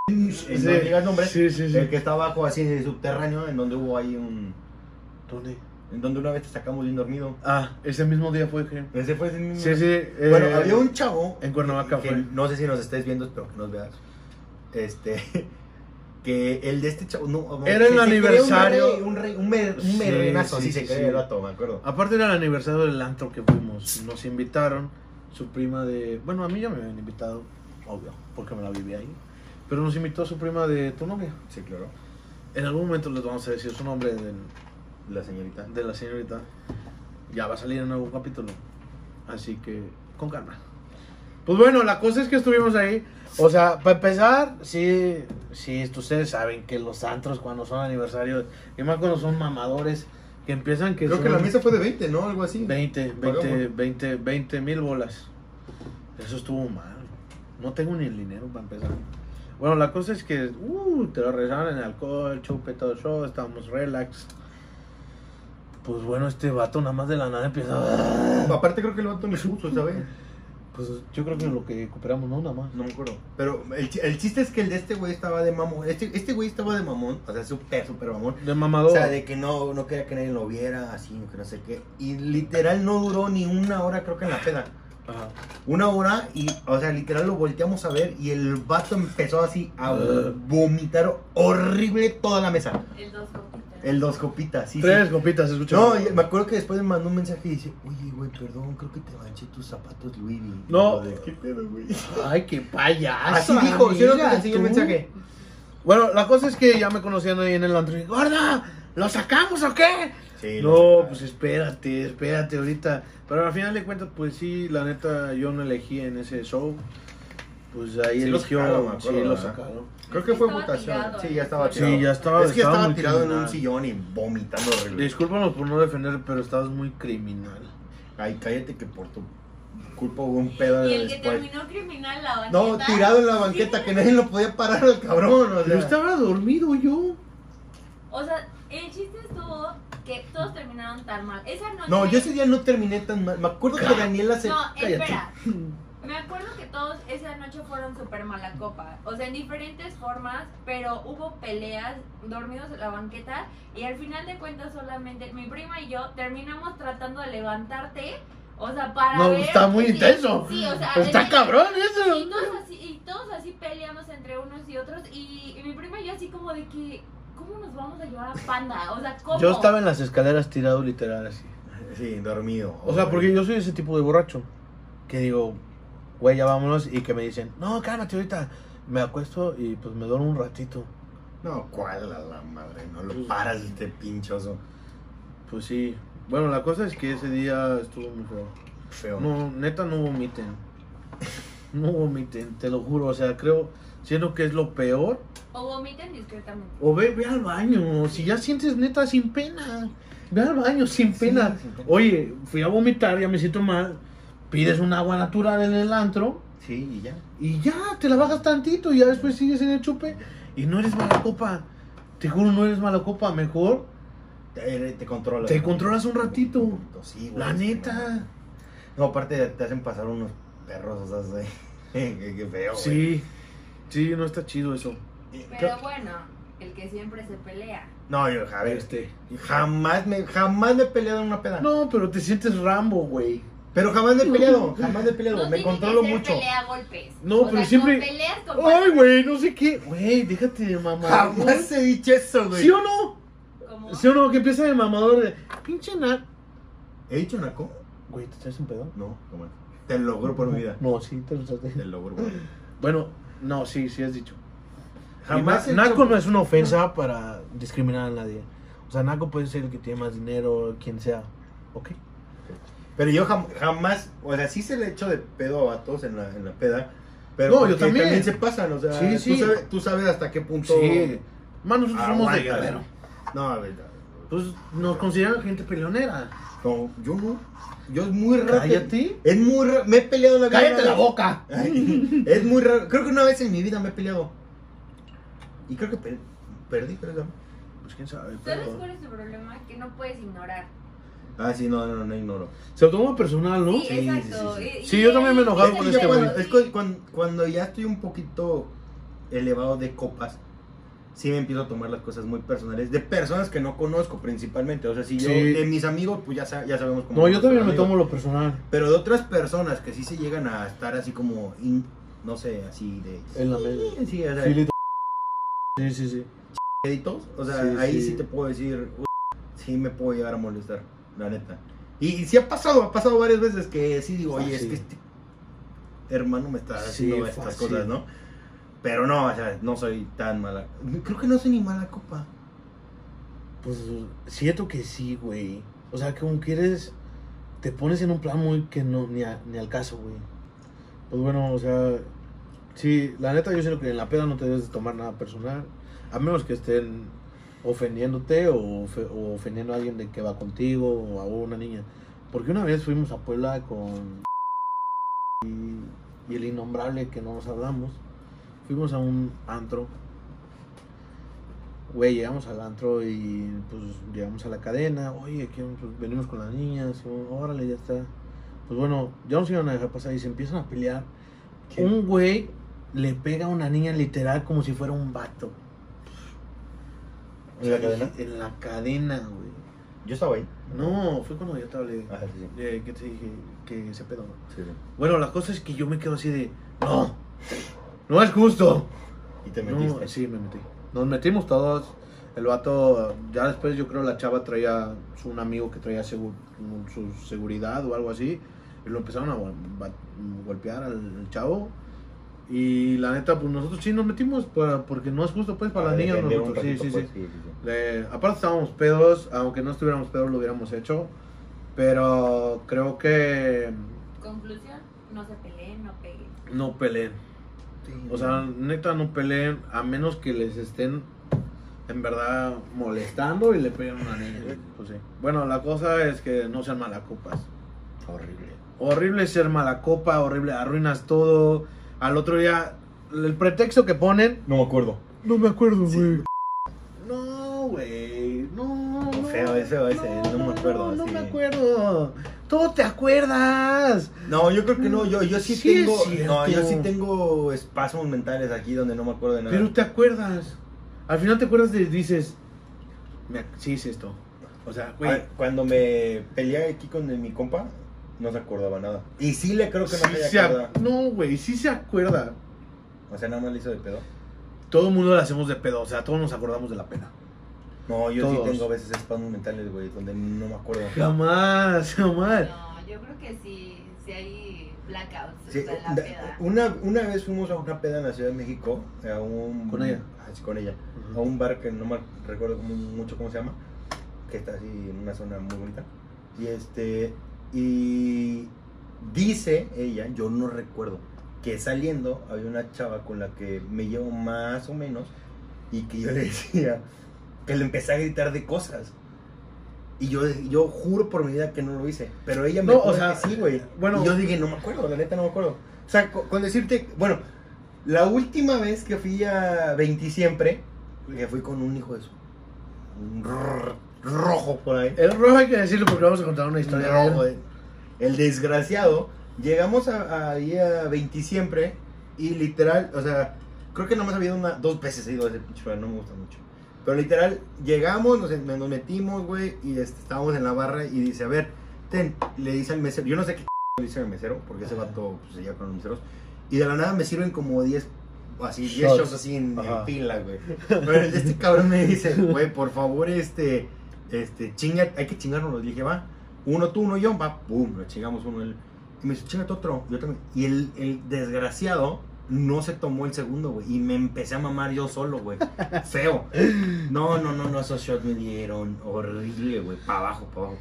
Speaker 3: en-
Speaker 1: Sí,
Speaker 3: no digas nombres,
Speaker 1: sí, sí, sí.
Speaker 3: el que está abajo así de subterráneo, en donde hubo ahí un...
Speaker 1: ¿Dónde?
Speaker 3: En donde una vez te sacamos bien dormido.
Speaker 1: Ah, ese mismo día fue que...
Speaker 3: Ese fue ese mismo-
Speaker 1: Sí, sí. eh,
Speaker 3: Bueno, había un chavo
Speaker 1: En Cuernavaca
Speaker 3: que
Speaker 1: fue.
Speaker 3: no sé si nos estés viendo, espero que nos veas. Este <laughs> que el de este chavo no, no,
Speaker 1: Era
Speaker 3: se-
Speaker 1: el
Speaker 3: se creía
Speaker 1: aniversario.
Speaker 3: un rey, un, mer- un
Speaker 1: Sí,
Speaker 3: merrenazo,
Speaker 1: sí,
Speaker 3: sí,
Speaker 1: sí,
Speaker 3: se creía
Speaker 1: sí. Ah.
Speaker 3: el vato, me acuerdo.
Speaker 1: Aparte era el aniversario del antro que fuimos, nos invitaron, su prima de... Bueno, a mí ya me habían invitado, obvio, porque me la viví ahí. Pero nos invitó su prima de tu novia.
Speaker 3: Sí, claro.
Speaker 1: En algún momento les vamos a decir su nombre de,
Speaker 3: La señorita.
Speaker 1: de la señorita. Ya va a salir en algún capítulo. Así que, con calma. Pues bueno, la cosa es que estuvimos ahí. O sea, para empezar, sí, sí, ustedes saben que los antros cuando son aniversarios, y más cuando son mamadores, que empiezan que
Speaker 3: Creo que
Speaker 1: son
Speaker 3: la mesa fue de 20, ¿no? Algo así.
Speaker 1: 20, 20,
Speaker 3: Pagamos.
Speaker 1: 20, 20 mil bolas. Eso estuvo mal. No tengo ni el dinero para empezar. Bueno, la cosa es que uh, te lo regresaron en alcohol, chupe, todo el show, estábamos relax. Pues bueno, este vato nada más de la nada empieza.
Speaker 3: Aparte creo que el vato ni puso, ¿sabes?
Speaker 1: <laughs> Pues yo creo que lo que cooperamos, ¿no? Nada más.
Speaker 3: No me acuerdo. Pero el, chi- el chiste es que el de este güey estaba de mamón. Este, este güey estaba de mamón, o sea, súper, súper mamón.
Speaker 1: De
Speaker 3: O
Speaker 1: mamador.
Speaker 3: sea, de que no, no quería que nadie lo viera, así, que no sé qué. Y literal no duró ni una hora, creo que en la peda.
Speaker 1: Ajá.
Speaker 3: Una hora y, o sea, literal lo volteamos a ver y el vato empezó así a
Speaker 1: Ugh.
Speaker 3: vomitar horrible toda la mesa.
Speaker 5: El dos copitas.
Speaker 3: El dos copitas, sí, sí.
Speaker 1: Tres copitas, escucha.
Speaker 3: No, y me acuerdo que después me mandó un mensaje y dice, oye, güey, perdón, creo que te manché tus zapatos, Luis.
Speaker 1: No.
Speaker 3: ¿Qué pedo, güey?
Speaker 1: Ay, qué payaso.
Speaker 3: Así dijo, ¿sí no te
Speaker 1: amiga,
Speaker 3: enseñé el
Speaker 1: tú.
Speaker 3: mensaje?
Speaker 1: Bueno, la cosa es que ya me conocían ahí en el antro. y, ¡Gorda! ¿Lo sacamos o qué?
Speaker 3: Sí.
Speaker 1: No, pues espérate, espérate ahorita. Pero al final de cuentas, pues sí, la neta, yo no elegí en ese show. Pues ahí
Speaker 3: Sí lo
Speaker 1: eligió.
Speaker 3: sacaron, me
Speaker 1: sí,
Speaker 3: acuerdo,
Speaker 1: lo
Speaker 3: ¿verdad?
Speaker 1: sacaron.
Speaker 3: Creo que fue
Speaker 5: Estaba
Speaker 3: votación.
Speaker 5: tirado,
Speaker 3: sí,
Speaker 5: ¿eh?
Speaker 3: ya estaba
Speaker 5: Sí,
Speaker 3: tirado.
Speaker 1: ya estaba-
Speaker 3: Es que
Speaker 1: estaba
Speaker 3: estaba,
Speaker 1: muy
Speaker 3: tirado en
Speaker 1: criminal.
Speaker 3: un sillón y vomitando horrible.
Speaker 1: Discúlpanos por no defender, pero estabas muy criminal.
Speaker 3: Ay, cállate que por tu culpa hubo un pedo
Speaker 5: Y
Speaker 3: de
Speaker 5: el que
Speaker 3: después.
Speaker 5: terminó criminal la banqueta.
Speaker 3: No, tirado en la banqueta que nadie lo podía parar al cabrón. O
Speaker 1: Pero
Speaker 3: sea.
Speaker 1: estaba dormido yo.
Speaker 5: O sea, el chiste estuvo que todos terminaron tan mal. Esa noche.
Speaker 3: No, yo ese día no terminé tan mal. Me acuerdo que Daniela se.
Speaker 5: No,
Speaker 3: Cállate.
Speaker 5: espera. Me acuerdo que todos esa noche fueron súper mala copa. O sea, en diferentes formas, pero hubo peleas, dormidos en la banqueta. Y al final de cuentas, solamente mi prima y yo terminamos tratando de levantarte. O sea, para.
Speaker 1: No,
Speaker 5: ver
Speaker 1: está muy
Speaker 5: si-
Speaker 1: intenso.
Speaker 5: Sí, o sea.
Speaker 1: Está
Speaker 5: el-
Speaker 1: cabrón
Speaker 5: Y
Speaker 1: eso.
Speaker 5: todos, así, y todos así peleamos entre unos y otros. Y, y mi prima y yo, así como de que. ¿Cómo nos vamos a llevar a Panda? O sea, ¿cómo?
Speaker 1: Yo estaba en las escaleras tirado literal así.
Speaker 3: Sí, dormido.
Speaker 1: O sea, porque yo soy ese tipo de borracho. Que digo, güey, ya vámonos. Y que me dicen, no, cálmate ahorita. Me acuesto y pues me duermo un ratito.
Speaker 3: No, cuál a la madre. No lo paras, este pinchoso.
Speaker 1: Pues sí. Bueno, la cosa es que ese día estuvo muy feo.
Speaker 3: Feo.
Speaker 1: No, neta, no <laughs> vomiten. No vomiten, te lo juro. O sea, creo, siento que es lo peor.
Speaker 5: O vomiten discretamente.
Speaker 1: O ve, ve al baño. Si ya sientes neta, sin pena. Ve al baño, sin pena. Oye, fui a vomitar, ya me siento mal. Pides un agua natural en el antro.
Speaker 3: Sí, y ya.
Speaker 1: Y ya, te la bajas tantito y ya después sigues en el chupe. Y no eres mala copa. Te juro, no eres mala copa. Mejor
Speaker 3: Te, te controlas.
Speaker 1: Te controlas un ratito.
Speaker 3: Sí, güey,
Speaker 1: La
Speaker 3: es que no.
Speaker 1: neta.
Speaker 3: No, aparte te hacen pasar unos perros, o sea, sí. <laughs> qué, qué feo, güey.
Speaker 1: Sí. Sí, no está chido eso.
Speaker 5: Pero bueno, el que siempre se pelea.
Speaker 3: No, yo, a ver,
Speaker 1: Este.
Speaker 3: jamás me, jamás me he peleado en una peda.
Speaker 1: No, pero te sientes Rambo, güey.
Speaker 3: Pero jamás me he peleado, jamás me he peleado.
Speaker 5: No
Speaker 3: me
Speaker 5: tiene
Speaker 3: controlo
Speaker 5: que ser
Speaker 3: mucho.
Speaker 5: pelea a golpes.
Speaker 1: No,
Speaker 5: O
Speaker 1: pero
Speaker 5: sea,
Speaker 1: siempre-
Speaker 5: Con peleas con
Speaker 1: Ay, güey, no sé qué. Güey, déjate de mamador.
Speaker 3: Jamás he dicho eso, güey.
Speaker 1: ¿Sí o no?
Speaker 5: ¿Cómo?
Speaker 1: ¿Sí o no? Que empieza de mamador. de, Pinche na.
Speaker 3: ¿He dicho naco?
Speaker 1: Güey, ¿te traes un pedo?
Speaker 3: No, no, man. Te lo juro por mi vida.
Speaker 1: No, sí, te lo traes.
Speaker 3: Te lo juro por mi vida.
Speaker 1: Bueno, no, sí, sí has dicho.
Speaker 3: Jamás
Speaker 1: Y
Speaker 3: he
Speaker 1: na- Naco
Speaker 3: hecho-
Speaker 1: no es una ofensa para discriminar a nadie. O sea, Naco puede ser el que tiene más dinero, quien sea. ¿Ok?
Speaker 3: Pero yo jam- jamás, o sea, sí se le echo de pedo a vatos en la, en la peda. Pero
Speaker 1: No, yo
Speaker 3: porque
Speaker 1: también.
Speaker 3: se pasan, o sea,
Speaker 1: Sí, sí.
Speaker 3: Tú, sabes, tú sabes hasta qué punto.
Speaker 1: Sí. Más nosotros somos de
Speaker 3: aguantas.
Speaker 1: guerrero.
Speaker 3: No, a ver,
Speaker 1: Pues nos consideran gente peleonera.
Speaker 3: no, yo no. Yo es muy raro. que-
Speaker 1: Cállate.
Speaker 3: Es muy raro. Me he peleado en la vida.
Speaker 1: Cállate la boca.
Speaker 3: Ay, es muy raro. Creo que una vez en mi vida me he peleado. Y creo que per- perdí, creo que.
Speaker 1: Pues quién sabe.
Speaker 5: ¿Sabes
Speaker 1: pero-
Speaker 5: cuál es tu problema? Que no puedes ignorar.
Speaker 3: Ah, sí, no, no, no, no ignoro.
Speaker 1: Se lo toma personal, ¿no?
Speaker 5: Sí, exacto.
Speaker 3: sí, sí.
Speaker 5: Y-
Speaker 1: Sí,
Speaker 5: y
Speaker 1: yo también me
Speaker 5: él-
Speaker 1: enojaba
Speaker 5: y
Speaker 1: con
Speaker 5: él-
Speaker 1: este
Speaker 3: Ya cuando,
Speaker 5: Sí.
Speaker 3: es cu- cuando, cuando ya estoy un poquito elevado de copas, sí me empiezo a tomar las cosas muy personales. De personas que no conozco principalmente. O sea, si yo,
Speaker 1: Sí.
Speaker 3: de mis amigos, pues ya, sa- ya sabemos cómo.
Speaker 1: No,
Speaker 3: son
Speaker 1: yo
Speaker 3: los
Speaker 1: también me
Speaker 3: amigos.
Speaker 1: tomo lo personal.
Speaker 3: Pero de otras personas que sí se llegan a estar así como, in- no sé, así de.
Speaker 1: En la mesa.
Speaker 3: Sí, o sea,
Speaker 1: Filito. Sí, sí, sí.
Speaker 3: deditos, o sea,
Speaker 1: Sí,
Speaker 3: ahí
Speaker 1: sí.
Speaker 3: sí. te puedo decir, "Uy, sí me puedo llegar a molestar, la neta. Y, y sí ha pasado, ha pasado varias veces que sí digo, oye, es
Speaker 1: Fácil.
Speaker 3: que este hermano me está
Speaker 1: Sí,
Speaker 3: haciendo estas
Speaker 1: fácil.
Speaker 3: cosas, ¿no? Pero no, o sea, no soy tan mala. Creo que no soy ni mala copa.
Speaker 1: Pues siento que sí, güey. O sea, que como quieres, te pones en un plan muy que no, ni, a- ni al caso, güey. Pues bueno, o sea, sí, la neta yo siento que en la peda no te debes de tomar nada personal, a menos que estén ofendiéndote o, ofe- o ofendiendo a alguien de que va contigo o a una niña. Porque una vez fuimos a Puebla con y, y el innombrable que no nos hablamos. fuimos a un antro. Güey, llegamos al antro y pues llegamos a la cadena. Oye, ¿quién? Pues, venimos con las niñas. o- Órale, ya está. Pues bueno, ya nos iban a dejar pasar y se empiezan a pelear.
Speaker 3: ¿Qué?
Speaker 1: Un güey le pega a una niña literal como si fuera un vato.
Speaker 3: ¿En la
Speaker 1: O sea,
Speaker 3: cadena?
Speaker 1: En la cadena, güey.
Speaker 3: Yo estaba ahí.
Speaker 1: No, fue cuando yo te hablé.
Speaker 3: Ajá, sí, sí.
Speaker 1: eh, que te dije que ese pedo.
Speaker 3: Sí, sí.
Speaker 1: Bueno, la cosa es que yo me quedo así de, no, no es justo.
Speaker 3: Y te
Speaker 1: No,
Speaker 3: metiste.
Speaker 1: sí, me metí. Nos metimos todos. El vato, ya después yo creo la chava traía su- un amigo que traía segu- su seguridad o algo así. Y lo empezaron a gol- ba- golpear al, al chavo. Y la neta, pues nosotros sí nos metimos para- porque no es justo pues para las niñas.
Speaker 3: Defender Ah, un
Speaker 1: nosotros, sí,
Speaker 3: ratito,
Speaker 1: sí, sí.
Speaker 3: pues, sí, sí, sí.
Speaker 1: Le- aparte estábamos pedos, aunque no estuviéramos pedos lo hubiéramos hecho. Pero creo que
Speaker 5: Conclusión, no se peleen, no peguen.
Speaker 1: no peleen. O sea, neta no peleen a menos que les estén en verdad molestando y le peguen a una niña. Pues sí. Bueno, la cosa es que no sean malacopas.
Speaker 3: Horrible.
Speaker 1: Horrible ser malacopa, horrible, arruinas todo. Al otro día, el pretexto que ponen...
Speaker 3: No me acuerdo.
Speaker 1: No me acuerdo, güey. No, güey. No, no.
Speaker 3: Feo, es feo ese, no me acuerdo,
Speaker 1: No,
Speaker 3: sí.
Speaker 1: me acuerdo. Tú te acuerdas.
Speaker 3: No, yo creo que no, yo, yo sí,
Speaker 1: Sí es
Speaker 3: tengo.
Speaker 1: cierto.
Speaker 3: No, yo sí tengo espasmos mentales aquí donde no me acuerdo de nada.
Speaker 1: Pero te acuerdas. Al final te acuerdas y dices. Me, ac- sí, es esto. O sea,
Speaker 3: A
Speaker 1: güey.
Speaker 3: ver, Ah, cuando me peleé aquí con el- mi compa, no se acordaba nada. Y sí le creo que no
Speaker 1: sí
Speaker 3: se
Speaker 1: se ac-
Speaker 3: acordaba.
Speaker 1: no, güey, sí se acuerda.
Speaker 3: O sea, nada más le hizo de pedo.
Speaker 1: Todo el mundo lo hacemos de pedo, o sea, todos nos acordamos de la pena.
Speaker 3: No, yo
Speaker 1: Todos.
Speaker 3: sí tengo a veces espasmos mentales, güey, donde no me acuerdo.
Speaker 1: Jamás, <laughs> jamás.
Speaker 5: No, yo creo que sí, sí hay blackouts
Speaker 3: Sí,
Speaker 5: o sea, en la
Speaker 3: da-
Speaker 5: peda.
Speaker 3: una, una vez fuimos a una peda en la Ciudad de México, a un...
Speaker 1: ¿Con ella?
Speaker 3: Ah, sí, con ella. A un bar que no me recuerdo cómo- mucho cómo se llama, que está así en una zona muy bonita. Y este... Y dice ella, yo no recuerdo, que saliendo había una chava con la que me llevo más o menos y que yo <laughs> le decía que le empecé a gritar de cosas. Y yo, yo juro por mi vida que no lo hice. Pero ella me
Speaker 1: No,
Speaker 3: jura
Speaker 1: o sea,
Speaker 3: que sí, güey.
Speaker 1: bueno.
Speaker 3: Y yo dije, no me acuerdo, la neta no me acuerdo. O sea, co- con, decirte, bueno, la última vez que fui a 20 siempre, que fui con un hijo de su. Un rrr- rojo por ahí.
Speaker 1: El rojo hay que decirlo porque vamos a contar una historia. de él.
Speaker 3: No, güey. eh. El desgraciado. Llegamos a, a, ahí a 20 siempre. Y literal, o sea, creo que nomás ha habido una, dos veces he ido a ese pinche lugar, no me gusta mucho. Pero literal, llegamos, nos, nos metimos, güey, y este, estábamos en la barra y dice, a ver, ten, le dice al mesero, yo no sé qué <laughs> le dice al mesero, porque ese vato pues, se lleva con los meseros, y de la nada me sirven como 10, así, 10
Speaker 1: Shots.
Speaker 3: shots así en, en
Speaker 1: Ajá.
Speaker 3: pila, güey. Pero este cabrón me dice, güey, por favor, este, este, chinga, hay que chingarnos, le dije, va, uno tú, uno yo, va, pum, lo chingamos uno, él, y me dice, chingate otro, yo también, y el, el desgraciado no se tomó el segundo, güey, y me empecé a mamar yo solo, güey, feo. No, no, no, no, esos shots me dieron horrible, güey, para abajo, para abajo.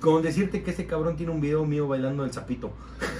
Speaker 3: Con decirte que ese cabrón tiene un video mío bailando el sapito. <laughs>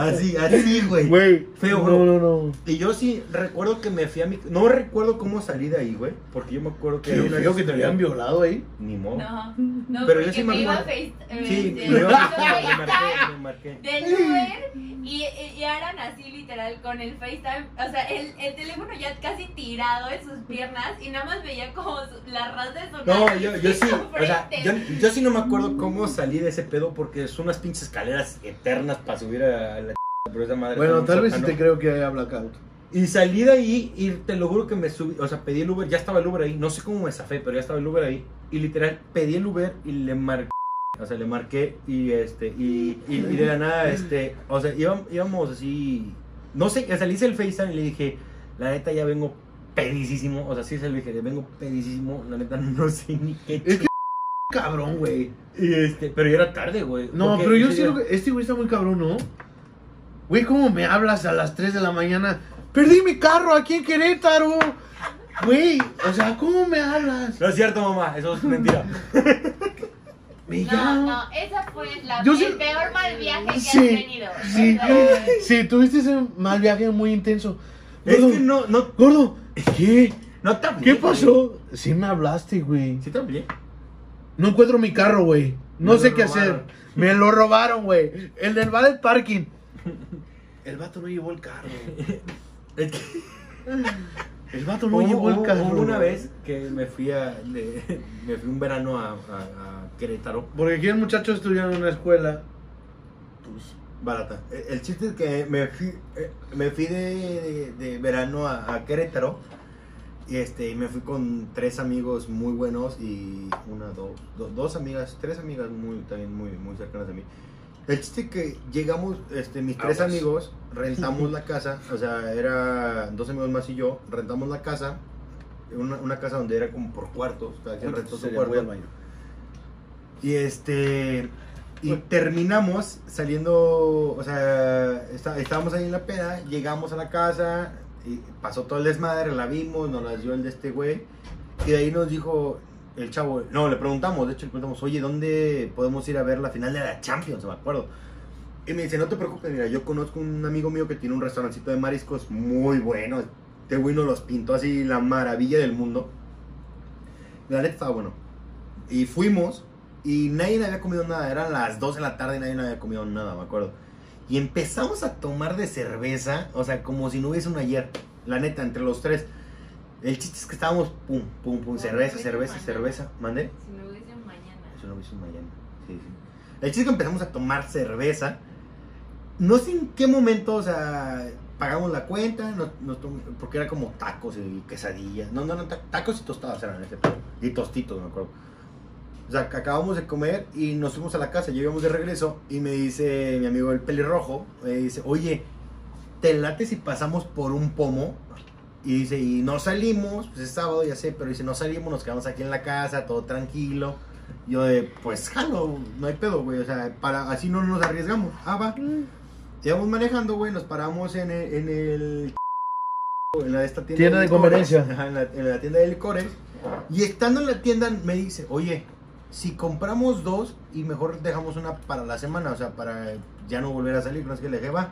Speaker 3: así, así, güey.
Speaker 1: Güey,
Speaker 3: Feo,
Speaker 1: No,
Speaker 3: bro.
Speaker 1: no, no.
Speaker 3: Y yo sí recuerdo que me fui a mi... No recuerdo cómo salí de ahí, güey. Porque yo me acuerdo que...
Speaker 1: Qué
Speaker 3: era una
Speaker 1: feo que te habían violado ahí.
Speaker 3: Ni modo.
Speaker 5: No, no,
Speaker 3: Pero yo
Speaker 5: porque
Speaker 3: sí me
Speaker 5: me iba a
Speaker 3: acuerdo.
Speaker 5: face, eh,
Speaker 3: Sí,
Speaker 5: de-
Speaker 3: me, me
Speaker 5: <laughs> hizo
Speaker 3: marqué, me marqué.
Speaker 5: del Uber y, y eran así literal con el FaceTime, o sea, el, el teléfono ya casi tirado en sus piernas y nada más veía como su- la raza de su
Speaker 3: No,
Speaker 5: nariz
Speaker 3: yo,
Speaker 5: y
Speaker 3: yo
Speaker 5: <laughs>
Speaker 3: sí,
Speaker 5: su
Speaker 3: o sea,
Speaker 5: frente.
Speaker 3: yo, yo sí no me acuerdo cómo salí de ese pedo porque son unas pinches escaleras eternas para subir a la ch... Pero esa madre...
Speaker 1: Bueno,
Speaker 3: está
Speaker 1: tal
Speaker 3: en un
Speaker 1: vez sí te
Speaker 3: sótano.
Speaker 1: creo que haya blackout.
Speaker 3: Y salí de ahí y te lo juro que me subí, o sea, pedí el Uber, ya estaba el Uber ahí, no sé cómo me zafé, pero ya estaba el Uber ahí. Y literal, pedí el Uber y le marqué, o sea, le marqué y este, y, y, y de la nada, este, o sea, íbam- íbamos así, no sé, o sea, le hice el FaceTime y le dije, la neta ya vengo pedicísimo, o sea, sí se lo dije, le vengo pedicísimo, la neta no sé ni qué.
Speaker 1: Es que cabrón, güey.
Speaker 3: Y este, pero ya era tarde, güey.
Speaker 1: No,
Speaker 3: porque-
Speaker 1: pero yo
Speaker 3: sí,
Speaker 1: sí
Speaker 3: ya-
Speaker 1: lo que. Este güey está muy cabrón, ¿no? Güey, ¿cómo me hablas a las 3 de la mañana? ¡Perdí mi carro aquí en Querétaro! Güey, o sea, ¿cómo me hablas?
Speaker 3: No es cierto, mamá, eso es
Speaker 1: <laughs>
Speaker 3: mentira.
Speaker 1: Me
Speaker 5: No,
Speaker 1: llama.
Speaker 5: no, esa fue la,
Speaker 1: Yo
Speaker 5: el
Speaker 1: sí-
Speaker 5: peor mal viaje que
Speaker 1: Sí,
Speaker 5: has tenido.
Speaker 1: Sí,
Speaker 5: O sea,
Speaker 1: sí, tuviste ese mal viaje muy intenso.
Speaker 3: es
Speaker 1: Gordo,
Speaker 3: que no, no,
Speaker 1: gordo, ¿qué?
Speaker 3: no te hablé,
Speaker 1: ¿Qué
Speaker 3: güey.
Speaker 1: pasó? Sí me hablaste, güey.
Speaker 3: Sí te hablé.
Speaker 1: No encuentro mi carro, güey. No
Speaker 3: Me
Speaker 1: sé
Speaker 3: lo
Speaker 1: qué hacer.
Speaker 3: robaron.
Speaker 1: Me lo
Speaker 3: <laughs>
Speaker 1: robaron, güey. El del valet parking. El vato no llevó el carro.
Speaker 3: Es que
Speaker 1: El vato
Speaker 3: hubo, hubo- hubo una vez que me fui a. de- <laughs> me fui un verano a, a- a Querétaro.
Speaker 1: Porque aquí el muchacho estudió en una escuela. Pues,
Speaker 3: Barata. El el chiste es que me fui, eh, me fui de, de- de verano a, a Querétaro. Y este, y me fui con tres amigos muy buenos y una, dos, do- dos amigas, tres amigas muy, también muy, muy cercanas a mí. El chiste es que llegamos, este, mis tres
Speaker 1: Aguas.
Speaker 3: amigos, rentamos la casa, o sea, era dos amigos más y yo, rentamos la casa, una, una casa donde era como por cuartos, cada quien rentó su
Speaker 1: Sería,
Speaker 3: cuarto.
Speaker 1: voy al baño.
Speaker 3: Y este. Y terminamos saliendo. O sea, está- estábamos ahí en la peda, llegamos a la casa, y pasó todo el desmadre, la vimos, nos la dio el de este güey. Y de ahí nos dijo el chavo. No, le preguntamos, de hecho, le preguntamos, oye, ¿dónde podemos ir a ver la final de la Champions? Me acuerdo. Y me dice, no te preocupes, mira, yo conozco un amigo mío que tiene un restaurancito de mariscos muy bueno. Este güey nos los pintó así, la maravilla del mundo. La neta estaba bueno. Y fuimos y nadie había comido nada. Eran las 2 de la tarde y nadie había comido nada, me acuerdo. Y empezamos a tomar de cerveza, o sea, como si no hubiese un ayer. La neta, entre los tres. El chiste es que estábamos pum, pum, pum,
Speaker 5: No,
Speaker 3: cerveza,
Speaker 5: no,
Speaker 3: cerveza,
Speaker 5: no, no.
Speaker 3: cerveza. ¿Mandé?
Speaker 5: Si me hubiesen mañana.
Speaker 3: Eso lo hizo en Miami. Sí, sí. El chiste es que empezamos a tomar cerveza. No sé en qué momento, o sea, pagamos la cuenta, nos- nos tom- porque era como tacos y quesadillas. No, no, no, ta- tacos y tostadas eran ese pedo. Y tostitos, me acuerdo. O sea, que acabamos de comer y nos fuimos a la casa, llegamos de regreso y me dice mi amigo el pelirrojo, me dice, oye, ¿te late si pasamos por un pomo? Y dice, y no salimos, pues es sábado, ya sé, pero dice, no salimos, nos quedamos aquí en la casa, todo tranquilo. Yo de, pues jalo, no hay pedo, güey. O sea, para, así no nos arriesgamos. Ah, va.
Speaker 5: Mm.
Speaker 3: Llegamos manejando, güey, nos paramos en el. En el <laughs> en la de esta tienda,
Speaker 2: Tienda de
Speaker 3: licores.
Speaker 2: conveniencia.
Speaker 3: Ajá, en la, en la tienda de licores. Y estando en la tienda me dice, oye, si compramos dos y mejor dejamos una para la semana, o sea, para ya no volver a salir, no es que le dije, va.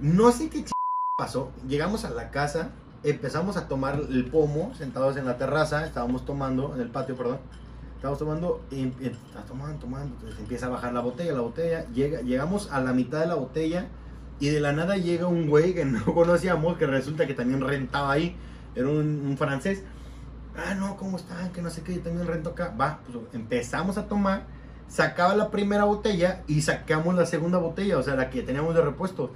Speaker 3: No sé qué ch- pasó. Llegamos a la casa, empezamos a tomar el pomo, sentados en la terraza, estábamos tomando, en el patio, perdón. Estábamos tomando, y, y- está tomando, tomando, entonces empieza a bajar la botella, la botella, llega, llegamos a la mitad de la botella y de la nada llega un güey que <laughs> no conocíamos, que resulta que también rentaba ahí, era un, un francés. Ah, no, ¿cómo están? Que no sé qué, yo también rento acá. Va, pues empezamos a tomar, sacaba la primera botella y sacamos la segunda botella, o sea, la que teníamos de repuesto.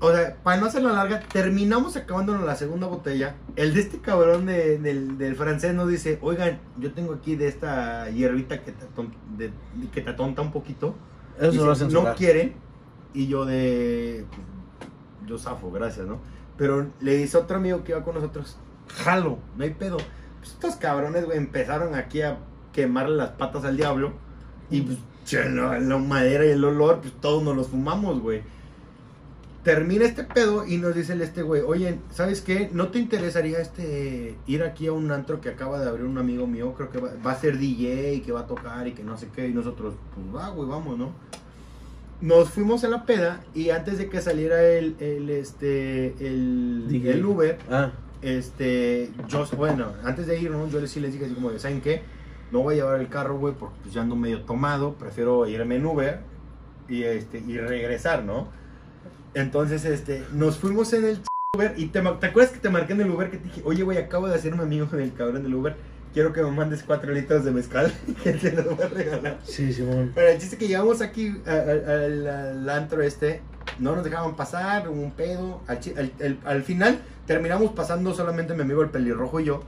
Speaker 3: O sea, para no hacerla larga, terminamos acabándonos la segunda botella. El de este cabrón de- del, del francés nos dice, oigan, yo tengo aquí de esta hierbita que te, aton- de- que te atonta un poquito.
Speaker 2: Eso
Speaker 3: Dice,
Speaker 2: lo hacen
Speaker 3: no quiere. Y yo de... Yo zafo, gracias, ¿no? Pero le dice otro amigo que iba con nosotros, jalo, no hay pedo. Pues estos cabrones, güey, empezaron aquí a quemarle las patas al diablo. Y pues, che, la, la madera y el olor, pues todos nos los fumamos, güey. Termina este pedo y nos dice el este güey, oye, ¿sabes qué? ¿No te interesaría este ir aquí a un antro que acaba de abrir un amigo mío? Creo que va, va a ser DJ y que va a tocar y que no sé qué. Y nosotros, pues va, güey, vamos, ¿no? Nos fuimos a la peda y antes de que saliera el, el, este, el,
Speaker 2: DJ.
Speaker 3: el Uber,
Speaker 2: Ah,
Speaker 3: este, yo, bueno, antes de irnos, yo les, sí les dije así como de, ¿saben qué? No voy a llevar el carro, güey, porque pues, ya ando medio tomado, prefiero irme en Uber y, este, y regresar, ¿no? Entonces, este, nos fuimos en el Uber y te, ma- ¿te acuerdas que te marqué en el Uber que te dije, oye, güey, acabo de hacerme amigo del cabrón del Uber, quiero que me mandes cuatro litros de mezcal <laughs> que te lo voy a regalar.
Speaker 2: sí, Simón.
Speaker 3: Pero el chiste es que llegamos aquí a- a- al al antro este, no nos dejaban pasar, hubo un pedo. Al, chi- al- el- al final terminamos pasando solamente mi amigo el pelirrojo y yo.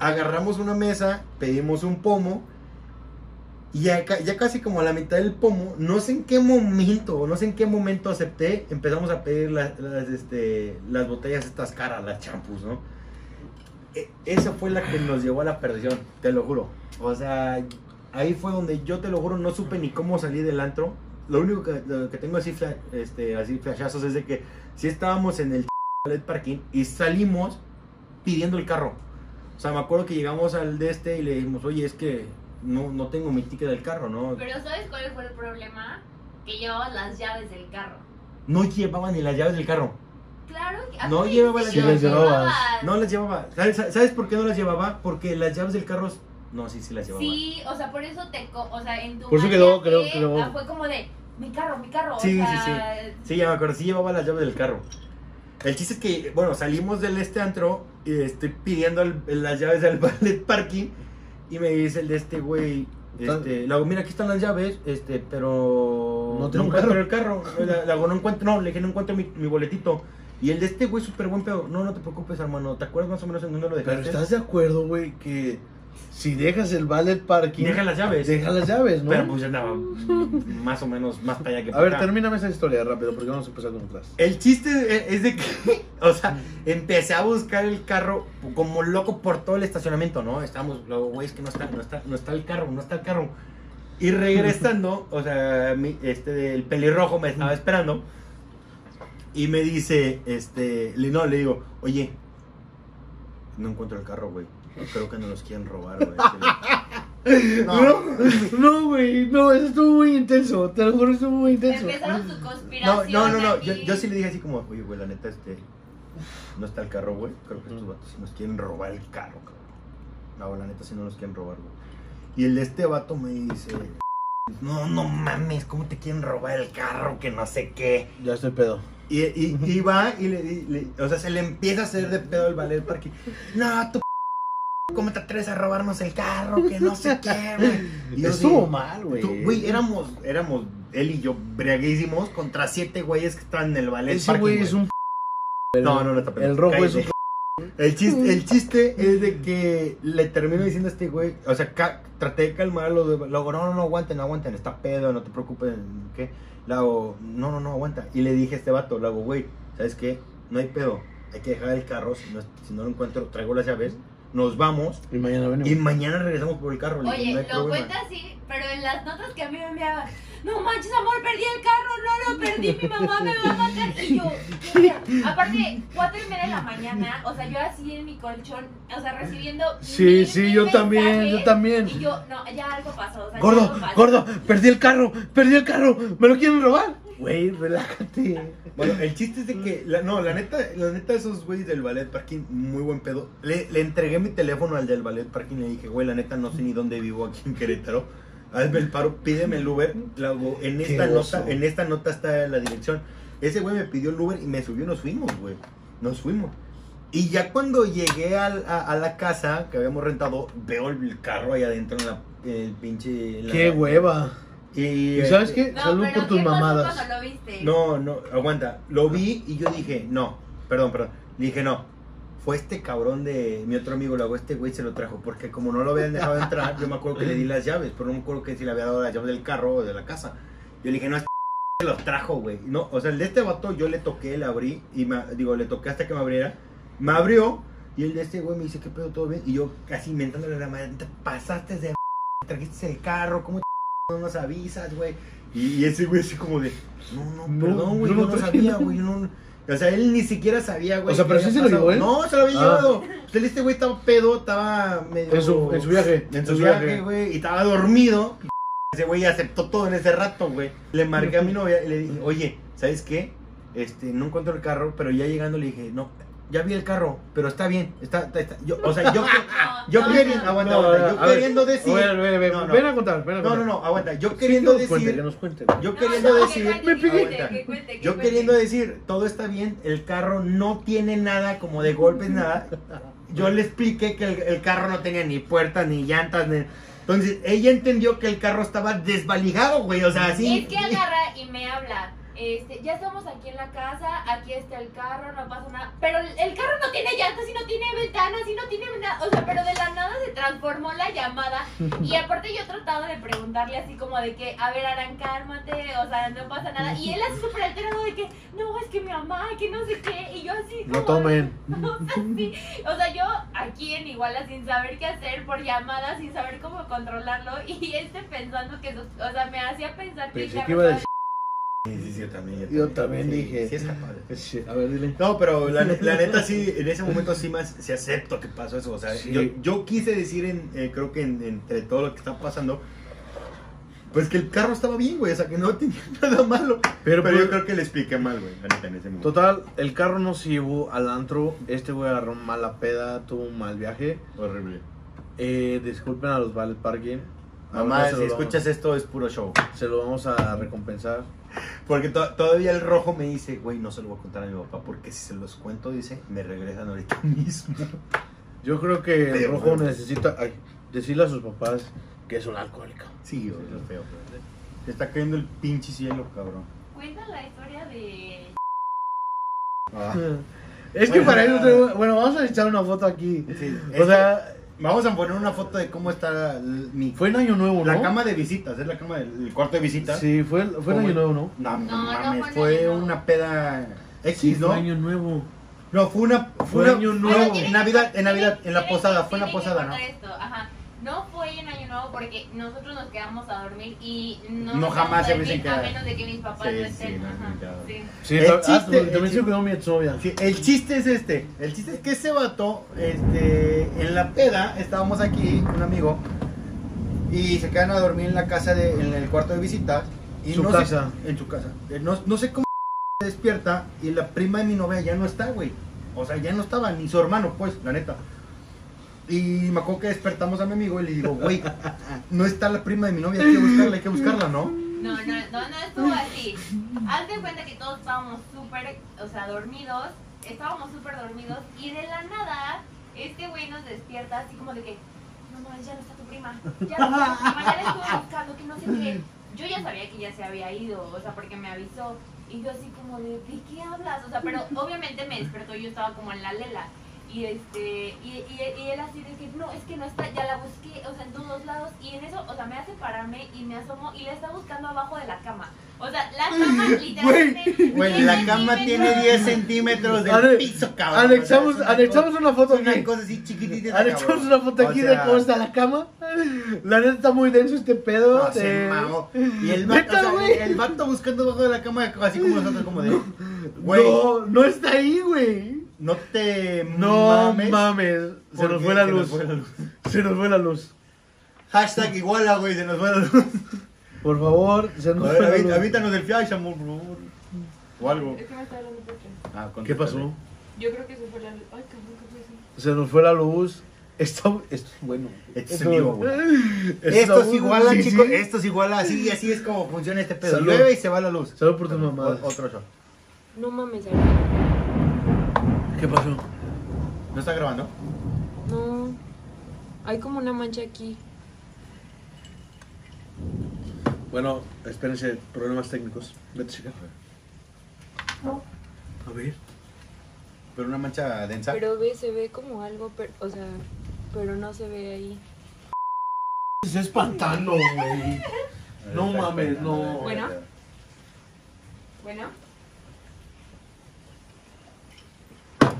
Speaker 3: Agarramos una mesa, pedimos un pomo. Y ya, ca- ya casi como a la mitad del pomo, no sé en qué momento, no sé en qué momento acepté, empezamos a pedir las, las, este, las botellas estas caras, las champús, ¿no? E- esa fue la que nos llevó a la perdición, te lo juro. O sea, ahí fue donde yo te lo juro, no supe ni cómo salir del antro. Lo único que, lo que tengo así, fla- este, así flashazos es de que si estábamos en el LED parking y salimos pidiendo el carro. O sea, me acuerdo que llegamos al de este y le dijimos, oye, es que no, no tengo mi ticket del carro, ¿no?
Speaker 5: Pero ¿sabes cuál fue el problema? Que llevabas las llaves del carro.
Speaker 3: No llevaba ni las llaves del carro.
Speaker 5: Claro que a
Speaker 3: No
Speaker 5: mí
Speaker 3: llevaba
Speaker 5: sí
Speaker 3: las
Speaker 5: que
Speaker 3: llaves.
Speaker 2: Sí las llevabas.
Speaker 5: llevabas.
Speaker 3: No las llevaba. ¿Sabes, sabes por qué no las llevaba? Porque las llaves del carro... No, sí, sí las llevaba.
Speaker 5: Sí, o sea, por eso te, co- o sea, en tu
Speaker 2: Por eso quedó,
Speaker 5: mañana,
Speaker 2: creo que lo-
Speaker 5: ah, fue como de mi carro, mi carro,
Speaker 3: Sí,
Speaker 5: o
Speaker 3: sí,
Speaker 5: sea,
Speaker 3: Sí, ya me acuerdo, sí llevaba las llaves del carro. El chiste es que, bueno, salimos del este antro y estoy pidiendo al- las llaves del <laughs> ballet parking y me dice el de este güey, este, le hago, mira, aquí están las llaves, este, pero
Speaker 1: No
Speaker 3: no,
Speaker 1: tengo
Speaker 3: encuentro el carro. Le, le hago, no encuentro, no, le dije, no encuentro mi, mi boletito. Y el de este güey, súper buen pedo, no, no te preocupes, hermano, ¿te acuerdas más o menos en dónde lo
Speaker 1: Pero
Speaker 3: dejaste?
Speaker 1: estás de acuerdo, güey, que si dejas el ballet parking,
Speaker 3: Deja las llaves.
Speaker 1: deja las llaves, ¿no?
Speaker 3: Pero pues ya andaba mm, más o menos más para allá que
Speaker 1: a
Speaker 3: para
Speaker 1: ver,
Speaker 3: acá.
Speaker 1: termíname esa historia rápido, porque vamos a empezar con atrás.
Speaker 3: El chiste e- es de que, <laughs> o sea, empecé a buscar el carro como loco por todo el estacionamiento, ¿no? Estábamos, luego, güey, es que no está, no está, no está el carro, no está el carro. Y regresando, o sea, mi- este, el pelirrojo me estaba esperando y me dice, este, le- no, le digo, oye, no encuentro el carro, güey. Creo que no los quieren robar,
Speaker 1: <laughs>
Speaker 3: güey.
Speaker 1: No, no, güey, no, eso estuvo muy intenso, te lo juro, estuvo muy intenso.
Speaker 5: Empezaron su
Speaker 3: No,
Speaker 5: conspiración.
Speaker 3: no, no, no.
Speaker 5: aquí.
Speaker 3: Yo, yo sí le dije así como, oye, güey, la neta, este. No está el carro, güey. Creo que
Speaker 1: Mm.
Speaker 3: estos vatos sí nos quieren robar el carro, cabrón. No, güey, la neta, sí no nos quieren robar, güey. Y el de este vato me dice, no, no mames, ¿cómo te quieren robar el carro? Que no sé qué.
Speaker 1: Ya estoy pedo.
Speaker 3: Y, y, y va y le, y le- O sea, se le empieza a hacer de pedo el valet parque. No, tú. ¿Cómo te atreves a robarnos el carro? Que no sé qué, güey. Y yo
Speaker 1: Estuvo
Speaker 3: digo,
Speaker 1: mal, güey.
Speaker 3: Tú, Güey, éramos, éramos él y yo breguísimos contra siete güeyes que estaban en el ballet.
Speaker 1: Ese
Speaker 3: parking,
Speaker 1: güey es un.
Speaker 3: No, no, no está
Speaker 1: El rojo es un.
Speaker 3: El chiste, el chiste es de que le termino diciendo a este güey, o sea, ca- traté de calmarlo, de- luego, no, no, no, aguanten, aguanten, está pedo, no te preocupes, ¿qué? Le hago, no, no, no, aguanta. Y le dije a este vato, le hago, güey, ¿sabes qué? No hay pedo, hay que dejar el carro, si no, si no lo encuentro, traigo las llaves, nos vamos
Speaker 1: Y mañana
Speaker 3: y
Speaker 1: venimos.
Speaker 3: mañana regresamos por el carro. Le dije,
Speaker 5: Oye,
Speaker 3: "No hay
Speaker 5: lo
Speaker 3: problema".
Speaker 5: cuenta así, pero en las notas que a mí me enviaban, no manches, amor, perdí el carro, no lo perdí, mi mamá me va a matar. Y yo, ¿qué pedo? aparte, cuatro y media de la mañana, o sea, yo así en mi colchón, o sea, recibiendo.
Speaker 1: Sí,
Speaker 5: mil,
Speaker 1: sí,
Speaker 5: mil
Speaker 1: yo también,
Speaker 5: mensajes,
Speaker 1: yo también.
Speaker 5: Y yo, no, ya algo pasó. O sea, ya
Speaker 1: Gordo,
Speaker 5: algo pasó.
Speaker 1: gordo, perdí el carro, perdí el carro, me lo quieren robar. Güey, relájate.
Speaker 3: Bueno, el chiste es de que, la- no, la neta, la neta, esos güeyes del ballet parking, muy buen pedo. Le, le entregué mi teléfono al del ballet parking y le dije, güey, la neta, no sé ni dónde vivo aquí en Querétaro. Hazme el paro, pídeme el Uber. Le hago, en
Speaker 1: Qué
Speaker 3: esta
Speaker 1: oso.
Speaker 3: nota, en esta nota está la dirección. Ese güey me pidió el Uber y me subió, nos fuimos, güey. Nos fuimos. Y ya cuando llegué al- a, a la casa que habíamos rentado, veo el carro ahí adentro en la el pinche. en la-
Speaker 1: Qué hueva.
Speaker 3: Y,
Speaker 1: ¿Y sabes
Speaker 3: este,
Speaker 1: qué?
Speaker 5: No,
Speaker 1: Salud
Speaker 5: pero
Speaker 1: por tus
Speaker 5: ¿qué pasó
Speaker 1: mamadas.
Speaker 5: Cuando lo viste?
Speaker 3: no, no, aguanta. Lo vi y yo dije, no, perdón, perdón. Le dije, no. Fue este cabrón de mi otro amigo, lo hago este güey, se lo trajo. Porque como no lo habían dejado entrar, yo me acuerdo que le di las llaves, pero no me acuerdo que si le había dado las llaves del carro o de la casa. Yo le dije, no, este <laughs> se los trajo, güey. No, o sea, el de este vato yo le toqué, le abrí, y me, digo, le toqué hasta que me abriera. Me abrió, y el de este güey me dice, ¿qué pedo, todo bien? Y yo casi inventándole la madre, te pasaste de trajiste el carro, ¿cómo no nos avisas, güey? Y, y ese güey así como de, no, no,
Speaker 1: No,
Speaker 3: perdón, güey,
Speaker 1: yo
Speaker 3: yo
Speaker 1: no
Speaker 3: no
Speaker 1: traje
Speaker 3: sabía,
Speaker 1: nada".
Speaker 3: güey, yo no... O sea, él ni siquiera sabía, güey.
Speaker 1: O sea,
Speaker 3: que
Speaker 1: pero
Speaker 3: había
Speaker 1: sí se lo
Speaker 3: pasado.
Speaker 1: llevó él.
Speaker 3: No, se lo había
Speaker 1: Ah.
Speaker 3: llevado. Entonces, este güey estaba pedo, estaba medio...
Speaker 1: En su, en su viaje.
Speaker 3: En su viaje, güey, y estaba dormido. Y Ese güey aceptó todo en ese rato, güey. Le marqué a mi novia y le dije, oye, ¿sabes qué? Este, no encuentro el carro, pero ya llegando le dije, no, ya vi el carro, pero está bien, está, está, está". Yo, o sea, yo, <laughs>
Speaker 5: No,
Speaker 3: yo
Speaker 5: no,
Speaker 3: quería,
Speaker 5: no.
Speaker 3: aguanta,
Speaker 1: No,
Speaker 3: aguanta,
Speaker 1: no,
Speaker 3: yo
Speaker 1: a ver,
Speaker 3: queriendo
Speaker 1: A
Speaker 3: decir,
Speaker 1: ver, ven, ven,
Speaker 3: No, no.
Speaker 1: ven a contar, ven a
Speaker 3: no,
Speaker 1: contar.
Speaker 3: no, no, aguanta, yo
Speaker 1: Sí, que
Speaker 3: queriendo
Speaker 1: nos cuente, que
Speaker 3: decir,
Speaker 1: nos cuente.
Speaker 3: yo
Speaker 5: No,
Speaker 3: queriendo
Speaker 5: no, que
Speaker 3: decir,
Speaker 5: cuente, que
Speaker 1: me pegué.
Speaker 5: cuente, que cuente, que
Speaker 3: yo
Speaker 5: cuente.
Speaker 3: queriendo decir, todo está bien, el carro no tiene nada como de
Speaker 5: <laughs>
Speaker 3: golpes, nada. Yo le expliqué que el, el carro no tenía ni puertas, ni llantas, ni... Entonces, ella entendió que el carro estaba desvalijado, güey, o sea, así...
Speaker 5: Es que agarra y me habla. Este, ya estamos aquí en la casa, aquí está el carro, no pasa nada. Pero el el carro no tiene llantas y no tiene ventanas y no tiene nada. O sea, pero de la nada se transformó la llamada.
Speaker 3: <laughs>
Speaker 5: Y aparte yo trataba de preguntarle así como de que, a ver, Aran, cálmate, o sea, no pasa nada. Y él así súper alterado de que, no, es que mi mamá, que no sé qué. Y yo así como...
Speaker 1: No tomen.
Speaker 5: <laughs> O sea, sí. O sea, yo aquí en Iguala sin saber qué hacer por llamadas, sin saber cómo controlarlo <laughs> y este pensando que, eso- o sea, me hacía pensar que...
Speaker 1: Pensé
Speaker 5: ya
Speaker 1: que iba a
Speaker 5: estaba-
Speaker 1: decir-
Speaker 3: Sí, sí, sí, yo también,
Speaker 1: Yo también
Speaker 3: Sí,
Speaker 1: dije.
Speaker 3: sí está padre.
Speaker 1: Sí, A ver, dile.
Speaker 3: No, pero la, ne- la neta sí, en ese momento sí más se acepto que pasó eso. O sea,
Speaker 1: Sí.
Speaker 3: yo, yo quise decir, en, eh, creo que en- entre todo lo que está pasando, pues que el carro estaba bien, güey. O sea, que no <laughs> tenía nada malo.
Speaker 1: Pero,
Speaker 3: Pero,
Speaker 1: pues,
Speaker 3: yo creo que le expliqué mal, güey, la neta, en ese momento.
Speaker 1: Total, el carro no se llevó al antro. Este güey agarró mala peda, tuvo un mal viaje.
Speaker 3: Horrible.
Speaker 1: Eh, disculpen a los valet parking.
Speaker 3: Mamá,
Speaker 1: Ahorita se
Speaker 3: si
Speaker 1: lo vamos-
Speaker 3: escuchas esto es puro show.
Speaker 1: Se lo vamos a recompensar.
Speaker 3: Porque to- todavía el rojo me dice, güey, no se lo voy a contar a mi papá porque si se los cuento, dice, me regresan ahorita <laughs> mismo.
Speaker 1: Yo creo que el
Speaker 3: Pero,
Speaker 1: rojo
Speaker 3: bueno.
Speaker 1: necesita ay, decirle a sus papás que es un alcohólico.
Speaker 3: Sí, güey, es feo. Se está cayendo el pinche cielo, cabrón.
Speaker 5: Cuenta la historia de.
Speaker 1: Es que
Speaker 3: Ah. Bueno.
Speaker 1: para eso tengo- Bueno, vamos a echar una foto aquí. O sea,
Speaker 3: Vamos a poner una foto de cómo está l- mi...
Speaker 1: fue en año nuevo, ¿no?
Speaker 3: La cama de visitas, es la cama del el cuarto de visitas.
Speaker 1: Sí, fue, fue en
Speaker 3: ¿Cómo?
Speaker 1: año nuevo, ¿no?
Speaker 3: No,
Speaker 5: No, no
Speaker 3: mames,
Speaker 5: fue en
Speaker 3: fue
Speaker 5: año nuevo.
Speaker 3: una peda X,
Speaker 1: Sí,
Speaker 3: ¿no?
Speaker 1: fue año nuevo.
Speaker 3: No, fue una... Fue,
Speaker 1: Fue
Speaker 3: una-
Speaker 1: año
Speaker 3: no,
Speaker 1: nuevo.
Speaker 5: tiene que-
Speaker 3: Navidad, en Navidad,
Speaker 5: tiene-
Speaker 3: en la
Speaker 5: tiene
Speaker 3: posada,
Speaker 5: que-
Speaker 3: fue en la
Speaker 5: tiene que
Speaker 3: posada, ¿no?
Speaker 5: contar esto, ajá. No fue en Año Nuevo porque nosotros nos quedamos a dormir y no,
Speaker 3: No,
Speaker 5: nos
Speaker 3: jamás
Speaker 5: vamos a
Speaker 3: se me dicen
Speaker 5: dormir a
Speaker 3: que-
Speaker 5: menos de que mis papás
Speaker 3: Sí,
Speaker 5: no
Speaker 3: sí,
Speaker 5: estén.
Speaker 3: no,
Speaker 5: ajá,
Speaker 3: ya.
Speaker 5: sí.
Speaker 1: Sí,
Speaker 3: El
Speaker 1: ta- ah,
Speaker 3: chiste-
Speaker 1: también
Speaker 3: el
Speaker 1: se quedó mi exnovia.
Speaker 3: Sí, el chiste es este. El chiste es que ese vato, este, en la peda, estábamos aquí, un amigo, y se quedan a dormir en la casa, de, en el cuarto de visitas. Y
Speaker 1: Su
Speaker 3: no
Speaker 1: casa.
Speaker 3: Sé, en su casa. Eh, No, no sé cómo <laughs> se despierta y la prima de mi novia ya no está, güey. O sea, ya no estaba, ni su hermano, pues, la neta. Y me acuerdo que despertamos a mi amigo y le digo, güey, no está la prima de mi novia, hay que buscarla, hay que buscarla, ¿no?
Speaker 5: No, no, no, no estuvo así. Haz de cuenta que todos estábamos súper, o sea, dormidos. Estábamos súper dormidos y de la nada, este güey nos despierta así como de que, no mames, ya no está tu prima. Ya no está tu prima, ya la estuve buscando, que no sé qué. Yo ya sabía que ya se había ido, o sea, porque me avisó. Y yo así como de, ¿de qué hablas? O sea, pero obviamente me despertó, yo estaba como en la lela. Y este, y, y- y él así de que no, es que no está, ya la busqué, o sea, en todos lados. Y en eso, o sea, me hace pararme y me asomo y la está buscando abajo de la cama. O sea, la cama literalmente.
Speaker 3: Güey,
Speaker 5: tiene
Speaker 3: la cama
Speaker 5: centímetros.
Speaker 3: tiene 10 centímetros del
Speaker 1: Ale-
Speaker 3: piso, cabrón.
Speaker 1: Anexamos,
Speaker 3: O sea, es una
Speaker 1: anexamos una foto
Speaker 3: cosa-
Speaker 1: aquí.
Speaker 3: Una cosa así chiquitita.
Speaker 1: Anexamos
Speaker 3: cabrón.
Speaker 1: una foto
Speaker 3: O
Speaker 1: aquí de
Speaker 3: sea,
Speaker 1: cómo está la cama. La neta está muy denso este pedo.
Speaker 3: no, se
Speaker 1: eh,
Speaker 3: mamó. Y el vato,
Speaker 1: Neta,
Speaker 3: o sea,
Speaker 1: güey.
Speaker 3: el vato buscando debajo de la cama, así como nosotros, como de. Güey, no,
Speaker 1: no, no está ahí, güey.
Speaker 3: te
Speaker 1: No
Speaker 3: mames.
Speaker 1: mames. Se
Speaker 3: porque
Speaker 1: nos fue la
Speaker 3: se
Speaker 1: luz.
Speaker 3: nos fue la luz.
Speaker 1: <laughs> Se nos fue la luz.
Speaker 3: Hashtag iguala, güey, se nos fue
Speaker 1: <laughs>
Speaker 3: la luz.
Speaker 1: Por favor, se nos
Speaker 3: A
Speaker 1: fue
Speaker 3: ver,
Speaker 1: la luz.
Speaker 3: avi- avítanos del flash, amor, por favor. O algo.
Speaker 6: Es que me está hablando Petra.
Speaker 3: Ah,
Speaker 1: ¿Qué
Speaker 3: contéstale.
Speaker 1: pasó?
Speaker 6: Yo creo que se fue la luz. Ay, cabrón, ¿qué fue eso?
Speaker 1: Se nos fue la luz. Esto, esto es bueno.
Speaker 3: Esto es en vivo, güey.
Speaker 1: <laughs> Esto
Speaker 3: Esto es
Speaker 1: bueno,
Speaker 3: iguala,
Speaker 1: sí, sí.
Speaker 3: chicos. Esto es iguala. Así, así es como funciona este pedo.
Speaker 1: Salud.
Speaker 3: Llueve y se va la luz.
Speaker 1: Salud por tus mamadas.
Speaker 3: O- Otro shot.
Speaker 6: No mames, Ariel.
Speaker 1: ¿Qué pasó?
Speaker 3: ¿No está grabando?
Speaker 6: No. Hay como una mancha aquí.
Speaker 1: Bueno, espérense, problemas técnicos. Vete a checar. A ver.
Speaker 3: Pero una mancha densa.
Speaker 6: Pero ve, se ve como algo, pero, o sea, pero no se ve ahí.
Speaker 1: Se está espantando, güey. No
Speaker 3: Está
Speaker 1: mames,
Speaker 3: esperando,
Speaker 1: no.
Speaker 3: eh.
Speaker 6: Bueno. Bueno.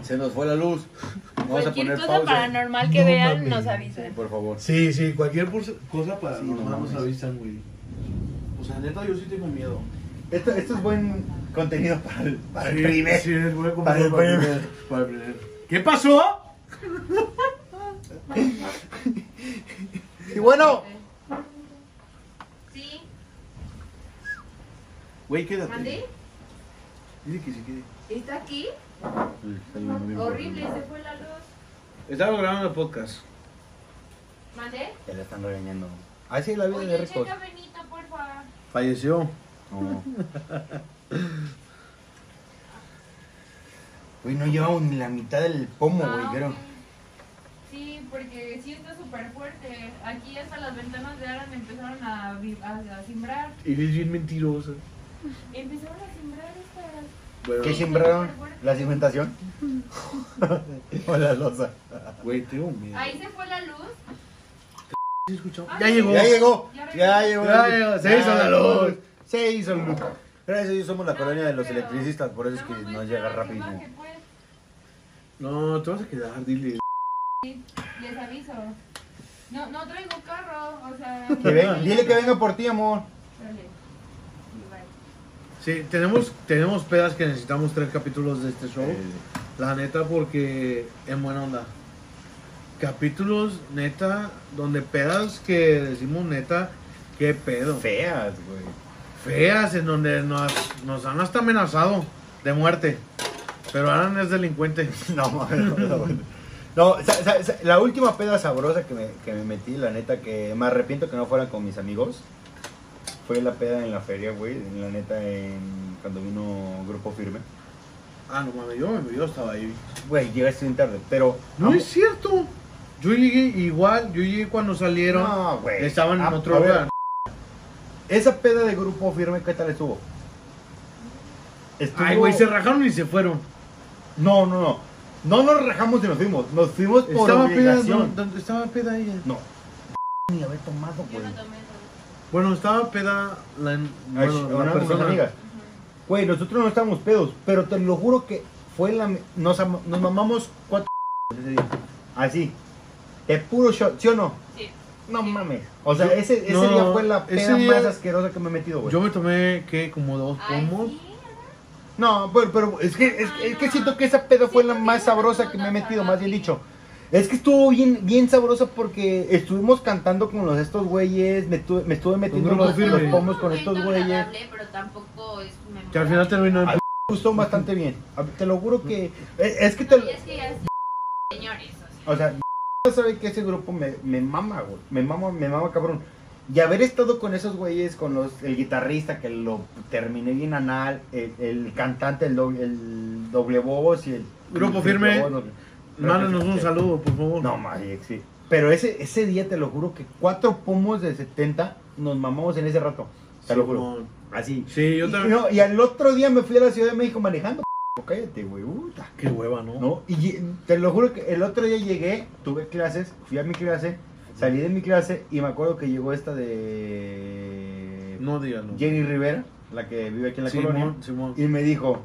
Speaker 3: Se nos fue la luz. Vamos a
Speaker 5: Cualquier
Speaker 3: poner
Speaker 5: cosa
Speaker 3: pausa.
Speaker 5: paranormal que
Speaker 1: No
Speaker 5: vean,
Speaker 1: mames.
Speaker 5: nos avisan.
Speaker 3: Por favor.
Speaker 1: Sí, sí, cualquier pulsa- cosa para
Speaker 3: Sí, no mames.
Speaker 1: avisan, güey. O sea, neta, yo sí tengo miedo.
Speaker 3: Esto, esto es buen contenido para el, para el
Speaker 1: Sí,
Speaker 3: primer.
Speaker 1: sí, es bueno como
Speaker 3: Para el
Speaker 1: para el
Speaker 3: primer.
Speaker 1: primer- para el primer. ¿Qué pasó?
Speaker 3: Y bueno,
Speaker 5: Sí,
Speaker 1: Güey, quédate.
Speaker 5: mandé.
Speaker 1: Dile que se quede.
Speaker 5: Está aquí. Horrible, se fue la luz.
Speaker 1: Estamos grabando el podcast.
Speaker 5: ¿Mandé?
Speaker 3: te la están regañando. Así es la vida de
Speaker 5: Oye,
Speaker 3: ricos.
Speaker 5: checa Benito, por favor.
Speaker 1: Falleció.
Speaker 3: No. Güey, no llevamos ni la mitad del pomo, güey,
Speaker 5: Ah,
Speaker 3: creo.
Speaker 5: ok. Sí, porque sí está súper fuerte. Aquí hasta las ventanas de Aran empezaron a, vi- a- a simbrar.
Speaker 1: Eres bien mentirosa.
Speaker 5: Empezaron a simbrar estas.
Speaker 1: Bueno,
Speaker 3: ¿Qué sembraron? ¿La cimentación? o la losa.
Speaker 1: güey, tengo miedo.
Speaker 5: Ahí se fue la luz.
Speaker 1: ¿Sí escuchó?
Speaker 5: Ay,
Speaker 1: Ya llegó.
Speaker 3: Ya llegó, ya
Speaker 5: Ya
Speaker 3: llegó.
Speaker 1: Ya llegó, se hizo la luz.
Speaker 3: Se hizo la luz. Gracias a Dios somos la
Speaker 5: No,
Speaker 3: colonia
Speaker 5: no
Speaker 3: de los
Speaker 5: creo.
Speaker 3: electricistas, por eso es que
Speaker 5: Nada más voy a
Speaker 3: nos llega
Speaker 5: esperar a que
Speaker 3: rápido.
Speaker 5: baje, pues.
Speaker 1: No, te vas a quedar, dile.
Speaker 5: Les aviso. No, no traigo carro, o sea.
Speaker 3: Que
Speaker 1: <laughs>
Speaker 3: venga, dile que venga por ti, amor.
Speaker 5: Dale. Y bye.
Speaker 1: Sí, tenemos, tenemos pedas que necesitamos tres capítulos de este show. La neta, porque en buena onda. Capítulos, neta, donde pedas que decimos neta, qué pedo.
Speaker 3: Feas, güey. <laughs>
Speaker 1: Feas, en donde nos, nos han hasta amenazado de muerte. Pero Alan es delincuente.
Speaker 3: No, no, no, no. No, sa- sa- sa- la última peda sabrosa que me, que me metí, la neta, que me arrepiento que no fuera con mis amigos, fue la peda en la feria, güey, en la neta, en, cuando vino Grupo Firme.
Speaker 1: Ah, no mames, yo, yo estaba ahí.
Speaker 3: Güey, llegaste bien tarde, pero...
Speaker 1: No es cierto. Yo llegué igual, yo llegué cuando salieron.
Speaker 3: No, güey.
Speaker 1: Estaban en
Speaker 3: Ah,
Speaker 1: otro
Speaker 3: a ver,
Speaker 1: lugar.
Speaker 3: Esa peda de Grupo Firme, ¿qué tal estuvo? Estuvo-
Speaker 1: Ay, güey, se rajaron y se fueron.
Speaker 3: No, no, no. No nos rajamos y nos fuimos. Nos fuimos por
Speaker 1: Estaba peda,
Speaker 3: obligación.
Speaker 1: no, no, estaba peda ella.
Speaker 3: No. Ni haber tomado,
Speaker 5: Yo
Speaker 3: güey.
Speaker 5: no tomé eso.
Speaker 1: Bueno, estaba peda la,
Speaker 3: Ay,
Speaker 1: bueno, la
Speaker 3: una de mis
Speaker 1: persona.
Speaker 3: amigas. Güey, nosotros no estábamos pedos, pero te lo juro que fue la... me- Nos, ama- nos mamamos cuatro... <laughs> ese día. Así. De puro shot, ¿sí o no?
Speaker 5: Sí.
Speaker 3: No mames. O sea,
Speaker 1: Yo-
Speaker 3: ese, ese
Speaker 1: no,
Speaker 3: día fue la
Speaker 1: ese
Speaker 3: peda
Speaker 1: día-
Speaker 3: más asquerosa que me he metido, güey.
Speaker 1: Yo me tomé, ¿qué? Como dos
Speaker 5: Ay,
Speaker 1: pomos.
Speaker 5: sí.
Speaker 3: No, pero, pero es, que, es, es que siento que esa peda fue la más sabrosa que me he metido, más bien dicho. Es que estuvo bien, bien sabrosa porque estuvimos cantando con los estos güeyes, me, tuve- me estuve metiendo
Speaker 1: grupo
Speaker 5: Pues
Speaker 3: los,
Speaker 1: firme.
Speaker 3: los pomos con
Speaker 5: Es un
Speaker 3: estos
Speaker 5: momento
Speaker 3: güeyes.
Speaker 5: agradable, Pero tampoco es memorable.
Speaker 1: Que al final terminó en
Speaker 3: Ay, Me gustó bastante bien. A- Te lo juro que... Es, es que te...
Speaker 5: No, y es que ya es- señores, o sea.
Speaker 3: O sea, sabe que ese grupo me, me mama, güey. Me mama, me mama cabrón. Y haber estado con esos güeyes, con los, el guitarrista que lo terminé bien anal, el, el cantante, el doble, el doble voz y el...
Speaker 1: Grupo
Speaker 3: el
Speaker 1: Firme.
Speaker 3: triple voz, no-
Speaker 1: Mándanos un saludo, por favor.
Speaker 3: No, Magic, sí. Pero ese, ese día te lo juro que cuatro pomos de 70 nos mamamos en ese rato. Te lo juro.
Speaker 1: Simón.
Speaker 3: Así.
Speaker 1: Sí, yo
Speaker 3: Y,
Speaker 1: también.
Speaker 3: no, y al otro día me fui a la Ciudad de México manejando. p***, Cállate, güey. puta.
Speaker 1: Qué hueva, ¿no?
Speaker 3: ¿no? Y lle- te lo juro que el otro día llegué, tuve clases, fui a mi clase, salí de mi clase y me acuerdo que llegó esta de
Speaker 1: No díganlo.
Speaker 3: Jenny Rivera, la que vive aquí en la colonia,
Speaker 1: Simón, Simón.
Speaker 3: y me dijo,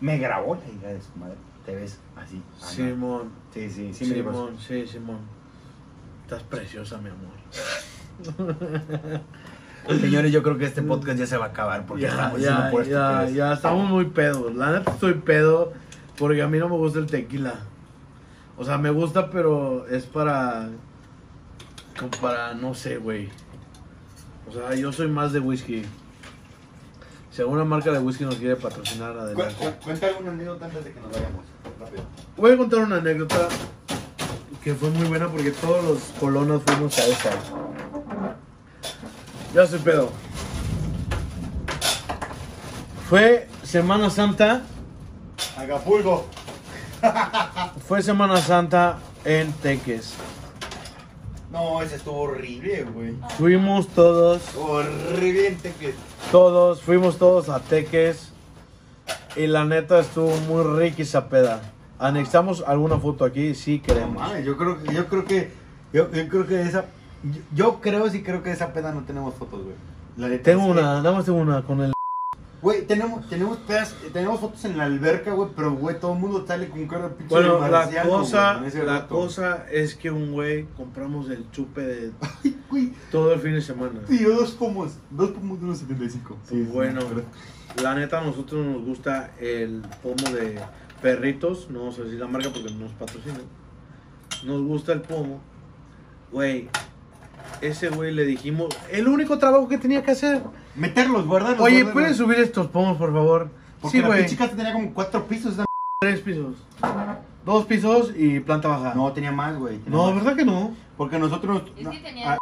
Speaker 3: me grabó la hija de su madre, te ves así. ah, no".
Speaker 1: Simón.
Speaker 3: sí, sí, sí, me dijo eso.
Speaker 1: Simón, sí, Simón. Estás preciosa, mi amor.
Speaker 4: Señores, yo creo que este podcast ya se va a acabar porque
Speaker 1: Ya,
Speaker 4: estamos
Speaker 1: ya,
Speaker 4: haciendo por
Speaker 1: ya,
Speaker 3: pues.
Speaker 4: estupideces.
Speaker 1: ya, estamos muy pedos. La neta estoy pedo porque a mí no me gusta el tequila. O sea, me gusta, pero es para... Como para, no sé, güey. O sea, yo soy más de whisky. Si alguna marca de whisky nos quiere patrocinar, adelante.
Speaker 3: Cuenta alguna anécdota antes de que nos vayamos, rápido.
Speaker 1: Voy a contar una anécdota que fue muy buena porque todos los colonos fuimos a esa. Ya soy pedo. Fue Semana Santa.
Speaker 3: Acapulco.
Speaker 1: Fue Semana Santa en Teques.
Speaker 3: No, ese estuvo horrible, güey.
Speaker 1: Fuimos todos,
Speaker 3: Horrible en Teques.
Speaker 1: todos, fuimos todos a Teques. Y la neta estuvo muy rica esa peda. Anexamos alguna foto aquí si
Speaker 3: No
Speaker 1: queremos.
Speaker 3: mames, yo creo, que- yo creo que, yo, yo creo que esa, yo, yo creo sí creo que de esa peda no tenemos fotos, güey. La neta
Speaker 1: Tengo
Speaker 3: es que-
Speaker 1: una, nada más tengo una con el.
Speaker 3: Güey, tenemos, tenemos pedas, eh, tenemos fotos en la alberca, güey, pero güey, todo el mundo sale con cara de pinche
Speaker 1: Bueno, la
Speaker 3: marciano,
Speaker 1: cosa,
Speaker 3: güey, en ese
Speaker 1: la
Speaker 3: rato.
Speaker 1: cosa es que un güey compramos el chupe de
Speaker 3: Ay, güey,
Speaker 1: todo el fin de semana.
Speaker 3: pidió dos pomos, dos pomos de unos 75.
Speaker 1: Pues bueno, la neta a nosotros nos gusta el pomo de perritos, no vamos a decir la marca porque no nos patrocina. Nos gusta el pomo. Güey, ese güey le dijimos, el único trabajo que tenía que hacer.
Speaker 3: Meterlos, guardarlos.
Speaker 1: Oye,
Speaker 3: guardarlos.
Speaker 1: ¿pueden subir estos pomos, por favor?
Speaker 3: Porque
Speaker 1: sí,
Speaker 3: la
Speaker 1: güey.
Speaker 3: pinche casa tenía como cuatro pisos. esa
Speaker 1: Tres pisos. Dos pisos y planta baja.
Speaker 3: m- No, tenía más, güey. tenía
Speaker 1: No,
Speaker 3: más.
Speaker 1: ¿verdad que no?
Speaker 3: Porque nosotros... nos-
Speaker 5: Es
Speaker 3: no,
Speaker 5: que tenía-
Speaker 3: a-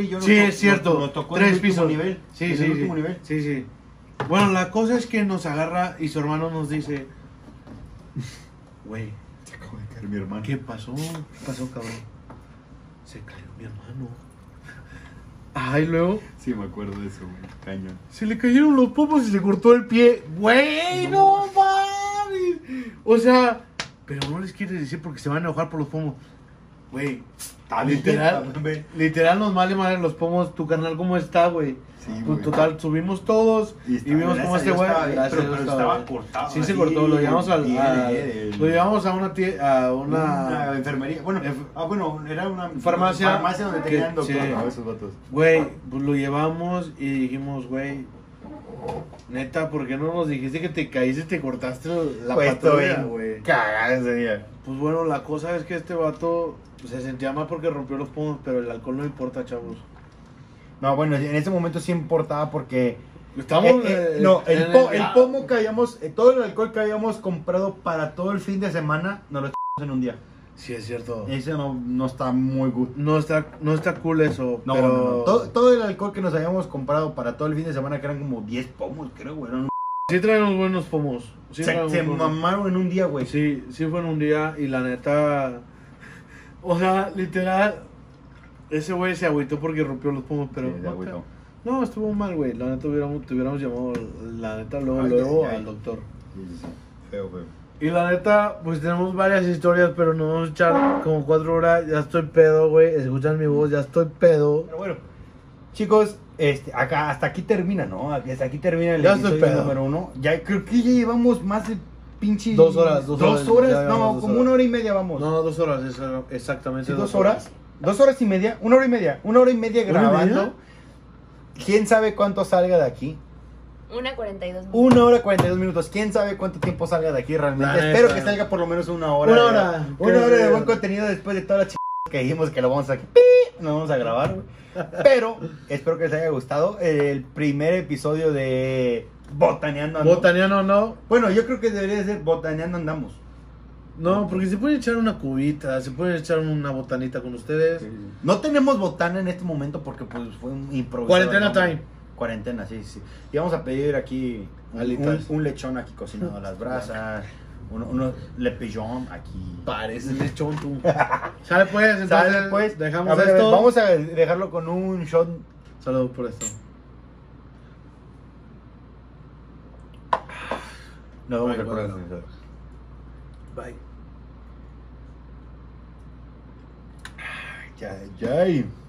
Speaker 3: y yo nos
Speaker 1: Sí,
Speaker 3: to-
Speaker 1: es cierto.
Speaker 3: Nos, nos tocó en el
Speaker 1: tres
Speaker 3: último
Speaker 1: pisos.
Speaker 3: nivel. en
Speaker 1: Sí,
Speaker 3: el
Speaker 1: sí, sí.
Speaker 3: último nivel.
Speaker 1: Sí, sí. Bueno, la cosa es que nos agarra y su hermano nos dice, güey,
Speaker 3: Se acabó de caer mi hermano.
Speaker 1: ¿qué pasó? ¿Qué pasó, cabrón? Se cayó mi hermano. <laughs> Ay, luego
Speaker 3: Sí, me acuerdo de eso, güey. Cañón.
Speaker 1: se le cayeron los pomos y se cortó el pie. Güey, no mames. O sea, pero no les quieres decir porque se van a enojar por los pomos. Güey, literal,
Speaker 3: Ve.
Speaker 1: literal nos vale madre los pomos. Tu canal, ¿cómo está, güey?
Speaker 3: Sí,
Speaker 1: Pues,
Speaker 3: güey.
Speaker 1: total, subimos todos
Speaker 3: Y
Speaker 1: y,
Speaker 3: estaba-
Speaker 1: vimos cómo
Speaker 3: gracias a
Speaker 1: este
Speaker 3: Dios
Speaker 1: güey.
Speaker 3: estaba bien,
Speaker 1: gracias a
Speaker 3: pero-
Speaker 1: Dios
Speaker 3: pero
Speaker 1: estaba
Speaker 3: estaba
Speaker 1: bien.
Speaker 3: cortado
Speaker 1: Sí, se
Speaker 3: así,
Speaker 1: cortó. Lo llevamos, al,
Speaker 3: bien,
Speaker 1: a-
Speaker 3: bien, el-
Speaker 1: lo llevamos a una. tie- a
Speaker 3: Una
Speaker 1: una
Speaker 3: enfermería. Bueno,
Speaker 1: Enf-
Speaker 3: ah, bueno, era una
Speaker 1: Farmacia.
Speaker 3: farmacia donde
Speaker 1: Que-
Speaker 3: tenían doctor.
Speaker 1: sí.
Speaker 3: a esos vatos.
Speaker 1: Güey, pues lo llevamos y dijimos, güey. Neta, ¿por qué no nos dijiste que te caíste y te cortaste la
Speaker 4: Pues,
Speaker 1: patrulla,
Speaker 4: estoy
Speaker 1: güey?
Speaker 4: Cagada ese día.
Speaker 1: Pues bueno, la cosa es que este vato se sentía mal porque rompió los pomos, pero el alcohol no importa, chavos.
Speaker 4: No, bueno, en ese momento sí importaba porque...
Speaker 1: Estamos.
Speaker 4: Eh, eh,
Speaker 1: eh,
Speaker 4: no, el,
Speaker 1: en
Speaker 4: po- el pomo que habíamos... eh, todo el alcohol que habíamos comprado para todo el fin de semana, no lo
Speaker 7: en un día.
Speaker 1: Sí, es cierto.
Speaker 7: Eso no, no está muy good.
Speaker 1: No está, no está cool eso.
Speaker 7: No,
Speaker 1: pero...
Speaker 7: no, no. Todo, todo el alcohol que nos habíamos comprado para todo el fin de semana, que eran como 10 pomos, creo, güey. eran un-
Speaker 1: Sí traen unos buenos pomos. Sí
Speaker 7: se
Speaker 1: traen
Speaker 7: se
Speaker 1: unos buenos-
Speaker 7: mamaron en un día, güey.
Speaker 1: Sí, sí fue en un día y la neta. O sea, literal. Ese güey se agüitó porque rompió los pomos, pero.
Speaker 7: Sí, se agüitó.
Speaker 1: No, estuvo mal, güey. La neta hubiéramos, te hubiéramos llamado, la neta, luego,
Speaker 7: Ay,
Speaker 1: luego
Speaker 7: ay, ay.
Speaker 1: al doctor.
Speaker 7: Sí, sí, sí. Feo, feo.
Speaker 1: Y la neta, pues tenemos varias historias, pero nos vamos a echar como cuatro horas. Ya estoy pedo, güey. Escuchan mi voz, ya estoy pedo.
Speaker 3: Pero bueno, chicos, este, acá, hasta aquí termina, ¿no? Hasta aquí termina el
Speaker 1: Ya estoy
Speaker 3: episodio
Speaker 1: pedo.
Speaker 3: número uno. Ya, creo que ya llevamos más de pinche...
Speaker 1: Dos horas, dos horas, ya
Speaker 3: horas, no,
Speaker 1: llevamos dos
Speaker 3: como
Speaker 1: horas.
Speaker 3: una hora y media vamos.
Speaker 1: No, dos horas, es exactamente.
Speaker 3: Sí, dos horas. Dos horas y media, una hora y media, una hora y media
Speaker 1: ¿Una y media?
Speaker 3: grabando. ¿Quién sabe cuánto salga de aquí?
Speaker 5: Una 42 minutos.
Speaker 3: Una hora cuarenta y dos minutos. ¿Quién sabe cuánto tiempo salga de aquí realmente?
Speaker 1: La
Speaker 3: Espero
Speaker 1: neta.
Speaker 3: que salga por lo menos una hora.
Speaker 1: Una
Speaker 3: de-
Speaker 1: hora.
Speaker 3: Una
Speaker 1: Que-
Speaker 3: hora de buen contenido después de toda la ch... que dijimos que lo vamos a... ¡Pi! Nos vamos a grabar, güey. Pero espero que les haya gustado el primer episodio de Botaneando. Ando.
Speaker 1: Botaniano no.
Speaker 3: bueno, yo creo que debería ser Botaneando Andamos.
Speaker 1: No, porque se pueden echar una cubita, se pueden echar una botanita con ustedes.
Speaker 3: No tenemos botana en este momento porque pues fue un improvisado.
Speaker 1: Cuarentena
Speaker 3: ¿no?
Speaker 1: time.
Speaker 3: Cuarentena, sí, sí. Y vamos a pedir aquí un,
Speaker 1: Alitas.
Speaker 3: un- un lechón aquí cocinado
Speaker 1: <laughs>
Speaker 3: a las brasas, uno, uno le pigeon aquí.
Speaker 1: Parece lechón
Speaker 3: <laughs>
Speaker 1: tú. Sale pues, entonces
Speaker 3: ¿Sale, pues?
Speaker 1: dejamos
Speaker 3: A ver, a ver,
Speaker 1: esto.
Speaker 3: vamos a dejarlo con un shot.
Speaker 1: Saludos por esto.
Speaker 3: No, vamos
Speaker 1: Ay,
Speaker 3: a recordar.
Speaker 1: bueno. Bye.
Speaker 3: Ya, ya.